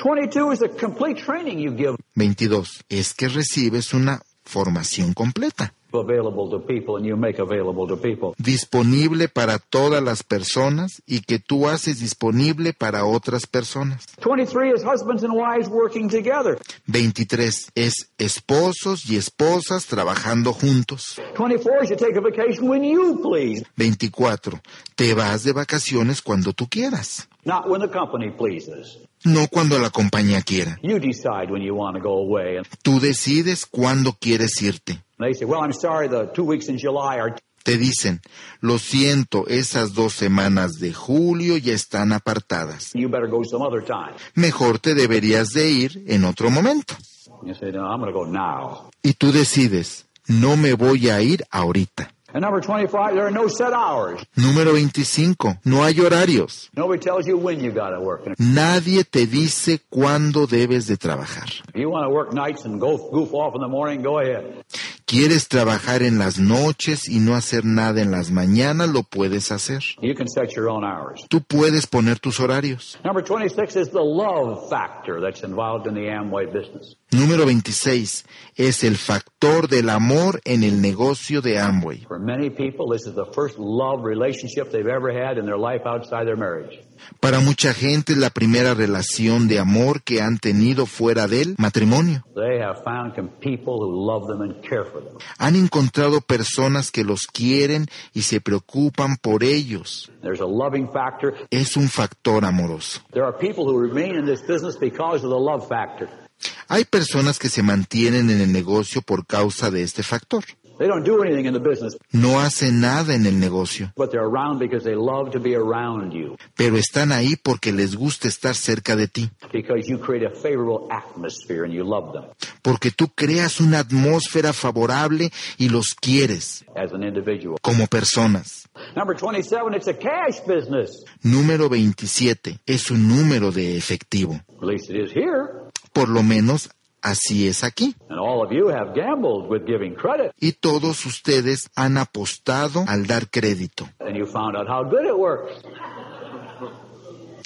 Speaker 3: 22 is the complete training you give
Speaker 2: 22. Es que recibes una formación completa,
Speaker 3: available to people and you make available to people.
Speaker 2: disponible para todas las personas y que tú haces disponible para otras personas.
Speaker 3: 23 is husbands and wives working together.
Speaker 2: 23. Es esposos y esposas trabajando juntos.
Speaker 3: 24 is you take a vacation when you please,
Speaker 2: 24. Te vas de vacaciones cuando tú quieras,
Speaker 3: not when the company pleases.
Speaker 2: no cuando la compañía quiera.
Speaker 3: You decide when you want to go away. And
Speaker 2: Tú decides cuándo quieres irte.
Speaker 3: they say, well, I'm sorry, the two weeks in July are.
Speaker 2: Te dicen, lo siento, esas dos semanas de julio ya están apartadas.
Speaker 3: You better go some other time.
Speaker 2: Mejor te deberías de ir en otro momento.
Speaker 3: You say, no, I'm going to go now.
Speaker 2: Y tú decides, no me voy a ir ahorita.
Speaker 3: And number 25, there are no set hours.
Speaker 2: Número 25. No hay horarios.
Speaker 3: Nobody tells you when you got to work. And
Speaker 2: Nadie te dice cuándo debes de trabajar.
Speaker 3: if you want to work nights and go goof off in the morning, go ahead.
Speaker 2: Quieres trabajar en las noches y no hacer nada en las mañanas, lo puedes hacer.
Speaker 3: You can set your own hours.
Speaker 2: Tú puedes poner tus horarios.
Speaker 3: Number 26 is the love factor that's involved in the Amway business.
Speaker 2: Número 26. Es el factor del amor en el negocio de Amway.
Speaker 3: For many people, this is the first love relationship they've ever had in their life outside their marriage.
Speaker 2: Para mucha gente es la primera relación de amor que han tenido fuera del matrimonio.
Speaker 3: They have found com- people who love them and care for them.
Speaker 2: Han encontrado personas que los quieren y se preocupan por ellos.
Speaker 3: There's a loving factor.
Speaker 2: Es un factor amoroso.
Speaker 3: There are people who remain in this business because of the love factor.
Speaker 2: Hay personas que se mantienen en el negocio por causa de este factor.
Speaker 3: They don't do anything in the business,
Speaker 2: No hacen nada en el negocio,
Speaker 3: but they're around because they love to be around you,
Speaker 2: pero están ahí porque les gusta estar cerca de ti,
Speaker 3: because you create a favorable atmosphere and you love them.
Speaker 2: porque tú creas una atmósfera favorable y los quieres
Speaker 3: as an individual.
Speaker 2: como personas.
Speaker 3: Number 27, it's a cash business.
Speaker 2: Número 27 es un número de efectivo.
Speaker 3: At least it is here.
Speaker 2: Por lo menos así es aquí.
Speaker 3: And all of you have gambled with giving credit,
Speaker 2: Y todos ustedes han apostado al dar crédito
Speaker 3: and you found out how good it works.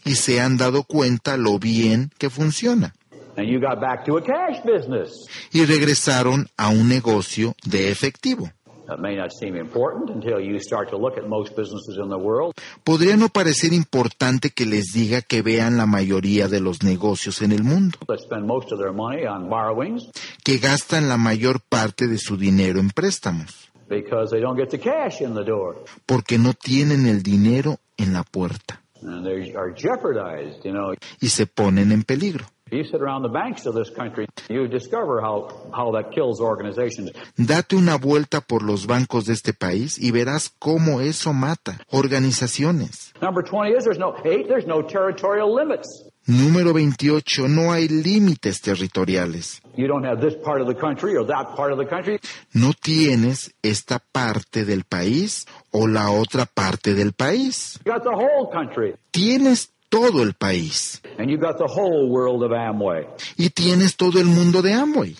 Speaker 2: y se han dado cuenta lo bien que funciona.
Speaker 3: And you got back to a cash business.
Speaker 2: Y regresaron a un negocio de efectivo.
Speaker 3: That may not seem important until you start to look at most businesses in the world.
Speaker 2: Podría no parecer importante que les diga que vean la mayoría de los negocios en el mundo,
Speaker 3: that spend most of their money on borrowings
Speaker 2: que gastan la mayor parte de su dinero en préstamos,
Speaker 3: because they don't get the cash in the door.
Speaker 2: porque no tienen el dinero en la puerta
Speaker 3: And they are jeopardized, you know.
Speaker 2: y se ponen en peligro.
Speaker 3: You sit around the banks of this country, you discover how, how that kills organizations.
Speaker 2: Date una vuelta por los bancos de este país y verás cómo eso mata organizaciones.
Speaker 3: Number 20 is there's no, eight, there's no territorial limits.
Speaker 2: Número 28. No hay límites territoriales.
Speaker 3: You don't have this part of the country or that part of the country.
Speaker 2: No tienes esta parte del país o la otra parte del país.
Speaker 3: You got the whole country,
Speaker 2: Tienes todo el país
Speaker 3: and you got the whole world of Amway.
Speaker 2: y tienes todo el mundo de Amway.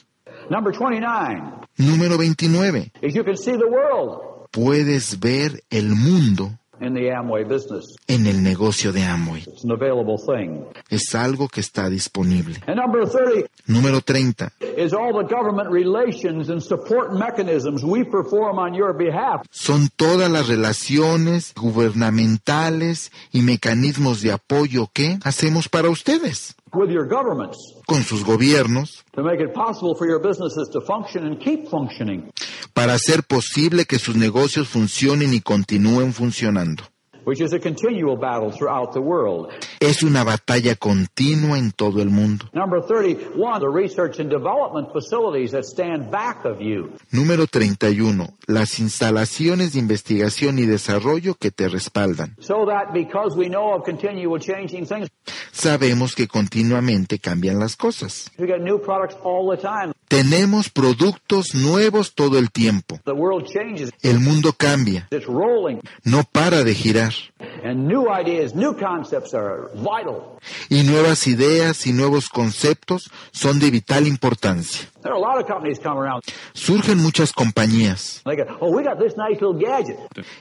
Speaker 3: Number 29
Speaker 2: Número 29.
Speaker 3: is you can see the world
Speaker 2: Puedes ver el mundo
Speaker 3: in the Amway business.
Speaker 2: en el negocio de Amway.
Speaker 3: It's an available thing.
Speaker 2: Es algo que está disponible.
Speaker 3: And number 30
Speaker 2: Número 30.
Speaker 3: is all the government relations and support mechanisms we perform on your behalf.
Speaker 2: Son todas las relaciones gubernamentales y mecanismos de apoyo que hacemos para ustedes,
Speaker 3: with your governments
Speaker 2: con sus gobiernos,
Speaker 3: to make it possible for your businesses to function and keep functioning,
Speaker 2: para hacer posible que sus negocios funcionen y continúen funcionando.
Speaker 3: which is a continual battle throughout the world.
Speaker 2: Es una batalla continua en todo el mundo.
Speaker 3: Number 31, the research and development facilities that stand back of you.
Speaker 2: Número 31. Las instalaciones de investigación y desarrollo que te respaldan.
Speaker 3: So that because we know of continual changing things,
Speaker 2: Sabemos que continuamente cambian las cosas.
Speaker 3: we get new products all the time.
Speaker 2: Tenemos productos nuevos todo el tiempo.
Speaker 3: The world changes.
Speaker 2: El mundo cambia,
Speaker 3: It's rolling.
Speaker 2: no para de girar.
Speaker 3: And new ideas, new concepts are vital.
Speaker 2: Y nuevas ideas y nuevos conceptos son de vital importancia.
Speaker 3: There are a lot of companies come around.
Speaker 2: Surgen muchas compañías
Speaker 3: They go, oh, we got this nice little gadget.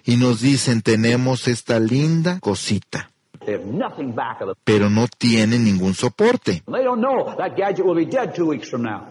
Speaker 2: y nos dicen tenemos esta linda cosita,
Speaker 3: They have nothing back of them.
Speaker 2: pero no tienen ningún soporte
Speaker 3: They don't know that gadget will be dead two weeks from now.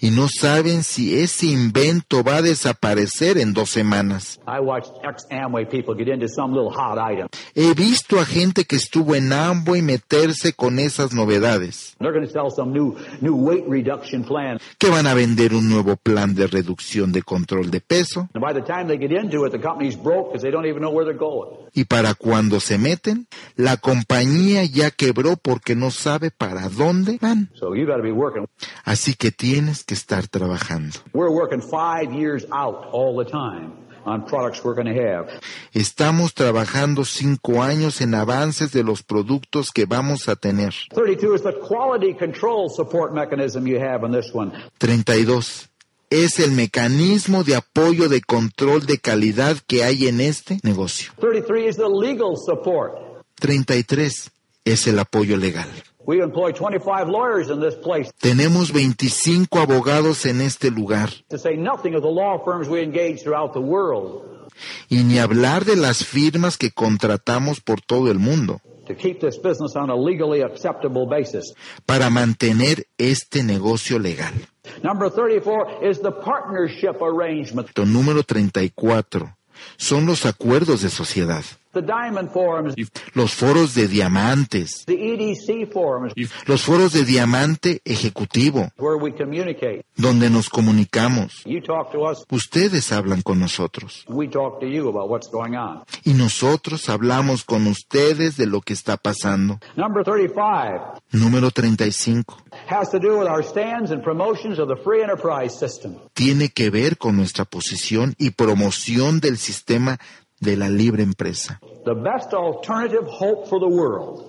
Speaker 2: y no saben si ese invento va a desaparecer en dos semanas.
Speaker 3: I watched ex Amway people get into some little hot item.
Speaker 2: He visto a gente que estuvo en Amway meterse con esas novedades.
Speaker 3: They're going to sell some new new weight reduction plan.
Speaker 2: que van a vender un nuevo plan de reducción de control de peso
Speaker 3: And by the time they get into it, the company's broke because they don't even know where they're going.
Speaker 2: y para cuando se meten, la compañía ya quebró porque no sabe para dónde van.
Speaker 3: So you got to be working.
Speaker 2: Así que tienes que estar trabajando.
Speaker 3: We're working five years out all the time on products we're going to have.
Speaker 2: Estamos trabajando cinco años en avances de los productos que vamos a tener.
Speaker 3: 32 is the quality control support mechanism you have on this one.
Speaker 2: 32. Es el mecanismo de apoyo de control de calidad que hay en este negocio.
Speaker 3: 33 is the legal support.
Speaker 2: 33. Es el apoyo legal.
Speaker 3: We employ 25 lawyers in this place
Speaker 2: Tenemos 25 abogados en este lugar.
Speaker 3: to say nothing of the law firms we engage throughout the world
Speaker 2: Y ni hablar de las firmas que contratamos por todo el mundo
Speaker 3: to keep this business on a legally acceptable basis.
Speaker 2: para mantener este negocio legal.
Speaker 3: Number 34 is the partnership arrangement.
Speaker 2: Lo número 34 son los acuerdos de sociedad,
Speaker 3: The Diamond Forums,
Speaker 2: los foros de diamantes,
Speaker 3: the EDC Forums,
Speaker 2: los foros de diamante ejecutivo,
Speaker 3: where we communicate.
Speaker 2: donde nos comunicamos.
Speaker 3: You talk to us,
Speaker 2: Ustedes hablan con nosotros
Speaker 3: we talk to you about what's going on.
Speaker 2: y nosotros hablamos con ustedes de lo que está pasando.
Speaker 3: Number 35
Speaker 2: Número 35.
Speaker 3: has to do with our stands and promotions of the free enterprise system.
Speaker 2: tiene que ver con nuestra posición y promoción del sistema de la libre empresa.
Speaker 3: The best alternative hope for the world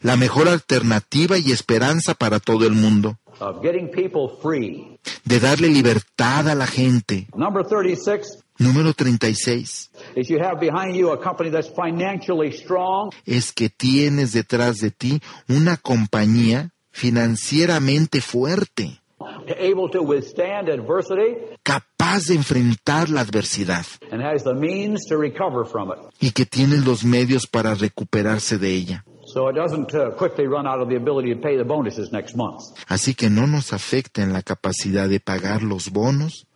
Speaker 2: La mejor alternativa y esperanza para todo el mundo,
Speaker 3: of getting people free.
Speaker 2: de darle libertad a la gente.
Speaker 3: Number 36
Speaker 2: Número 36
Speaker 3: is you have behind you a company that's financially strong
Speaker 2: es que tienes detrás de ti una compañía financieramente fuerte,
Speaker 3: able to withstand adversity
Speaker 2: capaz de enfrentar la adversidad
Speaker 3: and has the means to recover from it.
Speaker 2: y que tiene los medios para recuperarse de ella.
Speaker 3: So it doesn't uh, quickly run out of the ability to pay the bonuses next month.
Speaker 2: Así que no nos afecta en la capacidad de pagar los bonos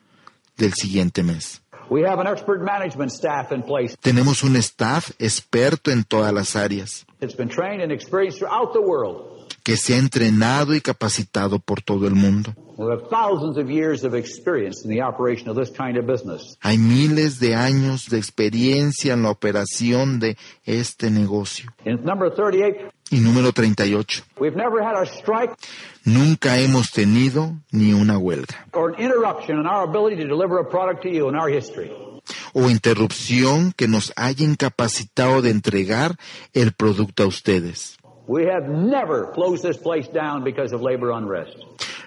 Speaker 2: del siguiente mes.
Speaker 3: We have an expert management staff in place
Speaker 2: Tenemos un staff experto en todas las áreas,
Speaker 3: that's been trained and experienced throughout the world.
Speaker 2: que se ha entrenado y capacitado por todo el mundo.
Speaker 3: We have thousands of years of experience in the operation of this kind of business.
Speaker 2: Hay miles de años de experiencia en la operación de este negocio.
Speaker 3: In number 38,
Speaker 2: Y número 38.
Speaker 3: We've never had a strike
Speaker 2: Nunca hemos tenido ni una huelga
Speaker 3: or an interruption in our ability to deliver a product to you in our history.
Speaker 2: o interrupción que nos haya incapacitado de entregar el producto a ustedes.
Speaker 3: We have never closed this place down because of labor unrest,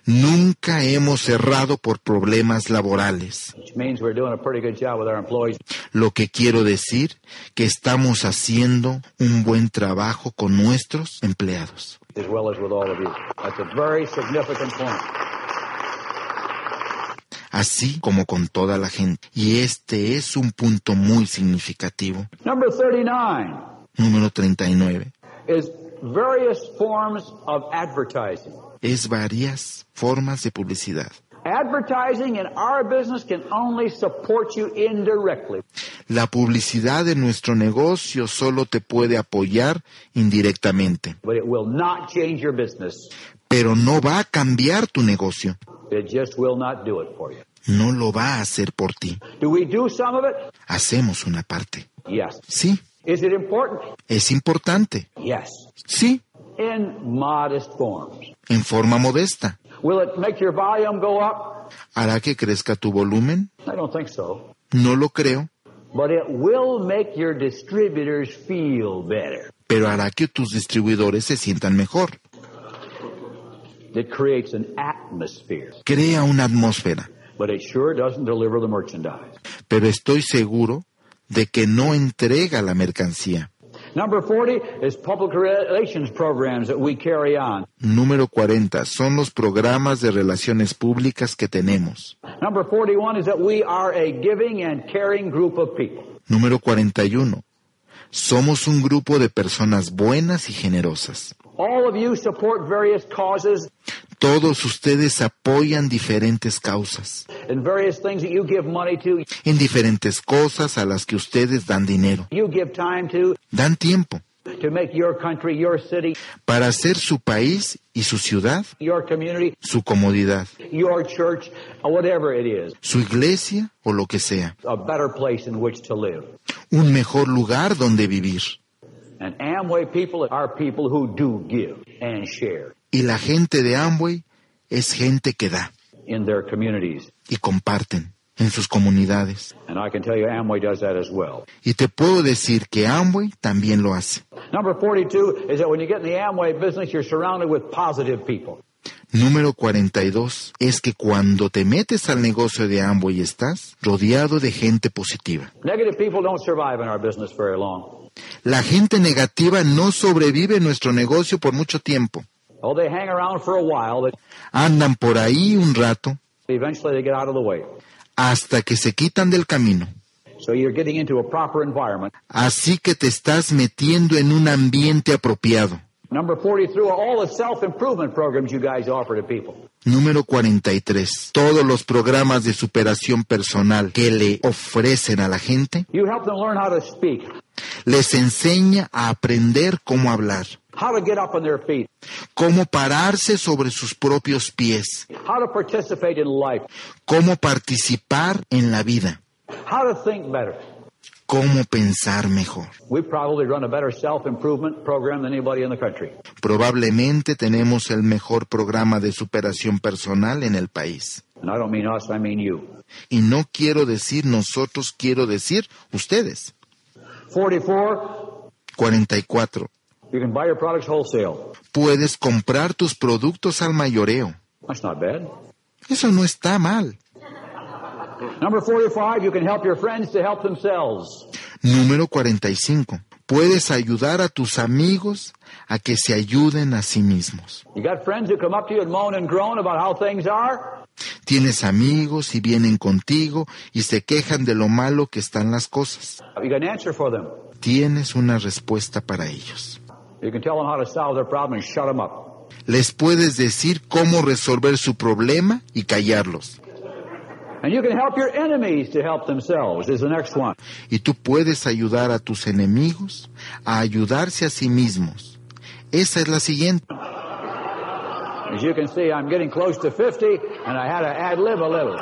Speaker 2: Nunca hemos cerrado por problemas laborales.
Speaker 3: which means we're doing a pretty good job with our employees.
Speaker 2: Lo que quiero decir que estamos haciendo un buen trabajo con nuestros empleados.
Speaker 3: as well as with all of you. That's a very significant point.
Speaker 2: así como con toda la gente. Y este es un punto muy significativo.
Speaker 3: Number 39
Speaker 2: Número 39.
Speaker 3: is various forms of advertising.
Speaker 2: Es varias formas de publicidad.
Speaker 3: Advertising in our business can only support you indirectly.
Speaker 2: La publicidad de nuestro negocio solo te puede apoyar indirectamente,
Speaker 3: but it will not change your business.
Speaker 2: pero no va a cambiar tu negocio.
Speaker 3: It just will not do it for you.
Speaker 2: No lo va a hacer por ti.
Speaker 3: Do we do some of it?
Speaker 2: Hacemos una parte.
Speaker 3: Yes.
Speaker 2: Sí,
Speaker 3: Is it important?
Speaker 2: es importante.
Speaker 3: Yes.
Speaker 2: Sí,
Speaker 3: In modest forms.
Speaker 2: en forma modesta.
Speaker 3: Will it make your volume go up?
Speaker 2: ¿Hará que crezca tu volumen?
Speaker 3: I don't think so.
Speaker 2: No lo creo,
Speaker 3: But it will make your distributors feel better.
Speaker 2: pero hará que tus distribuidores se sientan mejor.
Speaker 3: It creates an atmosphere,
Speaker 2: crea una atmósfera,
Speaker 3: but it sure doesn't deliver the merchandise.
Speaker 2: pero estoy seguro de que no entrega la mercancía.
Speaker 3: Number 40 is public relations programs that we carry on.
Speaker 2: Número 40. Son los programas de relaciones públicas que tenemos.
Speaker 3: Number 41 is that we are a giving and caring group of people.
Speaker 2: Número 41. Somos un grupo de personas buenas y generosas.
Speaker 3: All of you support various causes
Speaker 2: Todos ustedes apoyan diferentes causas,
Speaker 3: and various things that you give money to,
Speaker 2: en diferentes cosas a las que ustedes dan dinero.
Speaker 3: you give time to,
Speaker 2: Dan tiempo
Speaker 3: to make your country, your city,
Speaker 2: para hacer su país y su ciudad
Speaker 3: your community,
Speaker 2: su comodidad,
Speaker 3: your church, or whatever it is,
Speaker 2: su iglesia o lo que sea.
Speaker 3: a better place in which to live.
Speaker 2: Un mejor lugar donde vivir.
Speaker 3: And Amway people are people who do give and share
Speaker 2: Y la gente de Amway es gente que da
Speaker 3: in their communities.
Speaker 2: y comparten en sus comunidades.
Speaker 3: And I can tell you Amway does that as well.
Speaker 2: Y te puedo decir que Amway también lo hace.
Speaker 3: Number 42 is that when you get in the Amway business, you're surrounded with positive people.
Speaker 2: Número 42 es que cuando te metes al negocio de Amway estás rodeado de gente positiva.
Speaker 3: Negative people don't survive in our business very long.
Speaker 2: La gente negativa no sobrevive en nuestro negocio por mucho tiempo.
Speaker 3: Oh, they hang around for a while, but
Speaker 2: Andan por ahí un rato
Speaker 3: eventually they get out of the way.
Speaker 2: hasta que se quitan del camino.
Speaker 3: So you're getting into a proper environment.
Speaker 2: Así que te estás metiendo en un ambiente apropiado.
Speaker 3: Number 43 are all the self-improvement programs you guys offer to people.
Speaker 2: Número 43. Todos los programas de superación personal que le ofrecen a la gente
Speaker 3: You help them learn how to speak,
Speaker 2: les enseña a aprender cómo hablar,
Speaker 3: how to get up on their feet,
Speaker 2: cómo pararse sobre sus propios pies,
Speaker 3: how to participate in life,
Speaker 2: cómo participar en la vida,
Speaker 3: how to think better.
Speaker 2: cómo pensar mejor.
Speaker 3: We probably run a better self-improvement program than anybody in the country.
Speaker 2: Probablemente tenemos el mejor programa de superación personal en el país.
Speaker 3: And I don't mean us, I mean you.
Speaker 2: Y no quiero decir nosotros, quiero decir ustedes.
Speaker 3: 44,
Speaker 2: 44.
Speaker 3: you can buy your products wholesale.
Speaker 2: Puedes comprar tus productos al mayoreo.
Speaker 3: That's not bad.
Speaker 2: Eso no está mal.
Speaker 3: Number 45, you can help your friends to help themselves.
Speaker 2: Número 45. Puedes ayudar a tus amigos a que se ayuden a sí mismos.
Speaker 3: You got friends who come up to you and moan and groan about how things are?
Speaker 2: Tienes amigos y vienen contigo y se quejan de lo malo que están las cosas.
Speaker 3: You got an answer for them.
Speaker 2: Tienes una respuesta para ellos.
Speaker 3: You can tell them how to solve their problem and shut them up.
Speaker 2: Les puedes decir cómo resolver su problema y callarlos.
Speaker 3: And you can help your enemies to help themselves is the next one.
Speaker 2: Y tú puedes ayudar a tus enemigos a ayudarse a sí mismos. Esa es la siguiente.
Speaker 3: As you can see, I'm getting close to 50 and I had to ad lib a little.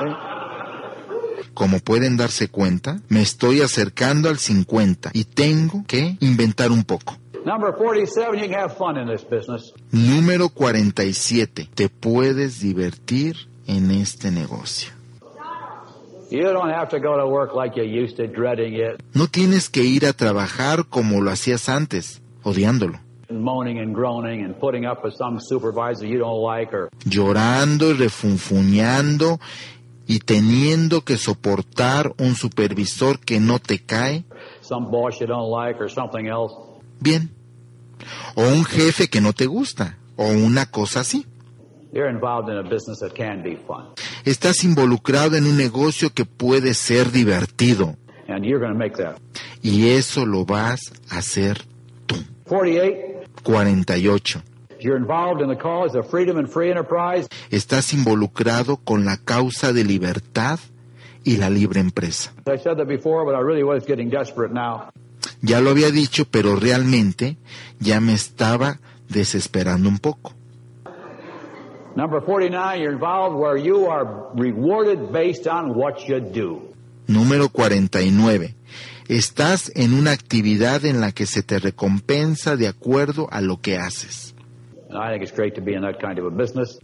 Speaker 3: See?
Speaker 2: Como pueden darse cuenta, me estoy acercando al 50 y tengo que inventar un poco.
Speaker 3: Number 47, you can have fun in this business.
Speaker 2: Número 47. Te puedes divertir en este negocio.
Speaker 3: You don't have to go to work like you used to, dreading it,
Speaker 2: No tienes que ir a trabajar como lo hacías antes, odiándolo,
Speaker 3: and moaning and groaning and putting up with some supervisor you don't like or
Speaker 2: llorando, refunfuñando y teniendo que soportar un supervisor que no te cae
Speaker 3: some boss you don't like or something else.
Speaker 2: bien, o un jefe que no te gusta, o una cosa así.
Speaker 3: You're involved in a business that can be fun.
Speaker 2: Estás involucrado en un negocio que puede ser divertido
Speaker 3: And you're going to make that.
Speaker 2: y eso lo vas a hacer tú.
Speaker 3: 48,
Speaker 2: 48.
Speaker 3: you're involved in the cause of freedom and free enterprise.
Speaker 2: Estás involucrado con la causa de libertad y la libre empresa.
Speaker 3: I said that before, but I really was getting desperate now.
Speaker 2: Ya lo había dicho, pero realmente ya me estaba desesperando un poco.
Speaker 3: Number 49, you're involved where you are rewarded based on what you do.
Speaker 2: Número 49. Estás en una actividad en la que se te recompensa de acuerdo a lo que haces.
Speaker 3: And I think it's great to be in that kind of a business.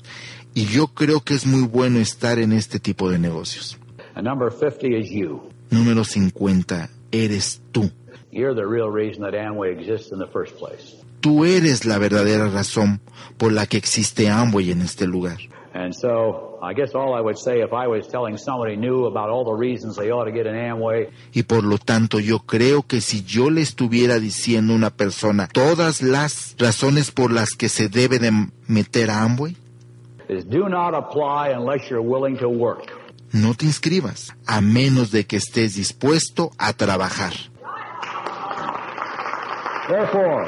Speaker 2: Y yo creo que es muy bueno estar en este tipo de negocios.
Speaker 3: And number 50 is you.
Speaker 2: Número 50. Eres tú.
Speaker 3: You're the real reason that Amway exists in the first place.
Speaker 2: Tú eres la verdadera razón por la que existe Amway en este lugar.
Speaker 3: And so I guess all I would say if I was telling somebody new about all the reasons they ought to get an Amway,
Speaker 2: Y por lo tanto yo creo que si yo le estuviera diciendo a una persona todas las razones por las que se debe de meter a Amway,
Speaker 3: is do not apply unless you're willing to work.
Speaker 2: no te inscribas, a menos de que estés dispuesto a trabajar.
Speaker 3: Therefore,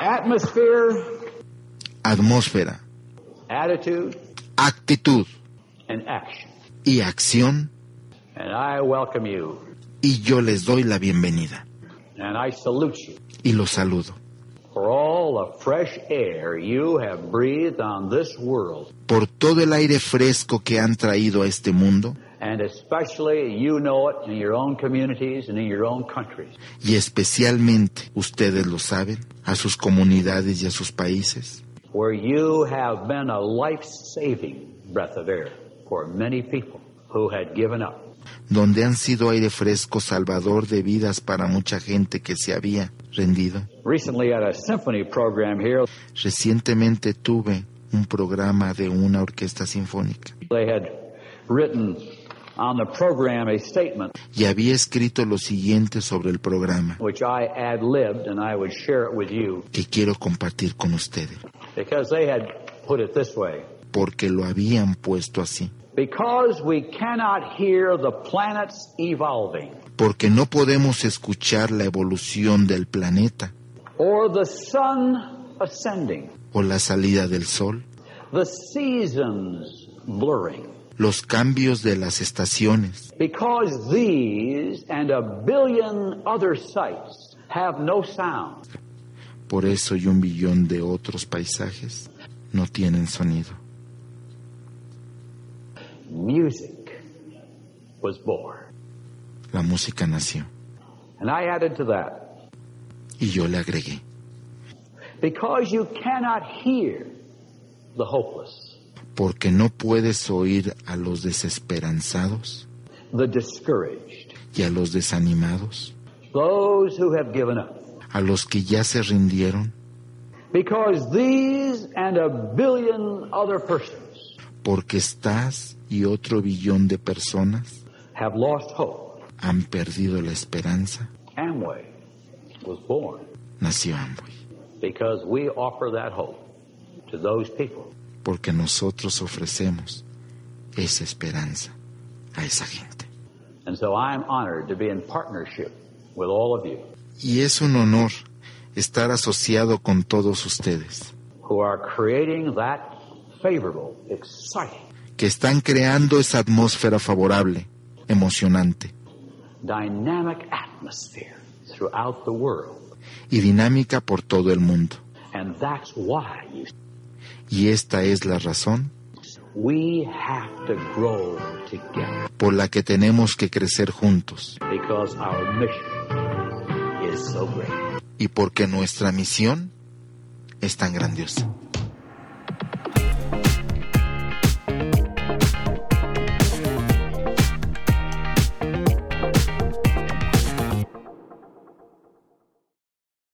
Speaker 3: atmosphere,
Speaker 2: Atmósfera,
Speaker 3: attitude,
Speaker 2: actitud
Speaker 3: and action.
Speaker 2: y acción,
Speaker 3: And I welcome you,
Speaker 2: y yo les doy la bienvenida
Speaker 3: and I salute you
Speaker 2: y los saludo
Speaker 3: for all the fresh air you have breathed on this world,
Speaker 2: por todo el aire fresco que han traído a este mundo
Speaker 3: and especially you know it in your own communities and in your own countries.
Speaker 2: y especialmente, ustedes lo saben, a sus comunidades y a sus países.
Speaker 3: where you have been a life saving breath of air for many people who had given up.
Speaker 2: donde han sido aire fresco salvador de vidas para mucha gente que se había rendido.
Speaker 3: Recently, at a symphony program here,
Speaker 2: Recientemente tuve un programa de una orquesta sinfónica
Speaker 3: they had written on the program a statement
Speaker 2: y había escrito lo siguiente sobre el programa
Speaker 3: which I ad libbed and I would share it with you
Speaker 2: que quiero compartir con ustedes,
Speaker 3: because they had put it this way.
Speaker 2: porque lo habían puesto así.
Speaker 3: Because we cannot hear the planets evolving
Speaker 2: Porque no podemos escuchar la evolución del planeta
Speaker 3: or the sun ascending,
Speaker 2: o la salida del sol,
Speaker 3: the seasons blurring,
Speaker 2: los cambios de las estaciones,
Speaker 3: Because these and a billion other sights have no sound,
Speaker 2: por eso y un billón de otros paisajes no tienen sonido.
Speaker 3: music was born.
Speaker 2: La música nació.
Speaker 3: And I added to that,
Speaker 2: Y yo le agregué,
Speaker 3: because you cannot hear the hopeless,
Speaker 2: porque no puedes oír a los desesperanzados
Speaker 3: the discouraged,
Speaker 2: y a los desanimados,
Speaker 3: those who have given up.
Speaker 2: a los que ya se rindieron,
Speaker 3: Because these and a billion other persons
Speaker 2: porque estás y otro billón de personas
Speaker 3: have lost hope,
Speaker 2: han perdido la esperanza,
Speaker 3: Amway was born
Speaker 2: nació Amway,
Speaker 3: because we offer that hope to those people.
Speaker 2: porque nosotros ofrecemos esa esperanza a esa gente.
Speaker 3: And so I'm honored to be in partnership with all of you
Speaker 2: Y es un honor estar asociado con todos ustedes,
Speaker 3: who are creating that favorable, exciting
Speaker 2: que están creando esa atmósfera favorable, emocionante.
Speaker 3: dynamic atmosphere throughout the world.
Speaker 2: y dinámica por todo el mundo.
Speaker 3: And that's why you
Speaker 2: Y esta es la razón
Speaker 3: we have to grow together
Speaker 2: por la que tenemos que crecer juntos
Speaker 3: because our mission is so great.
Speaker 2: y porque nuestra misión es tan grandiosa.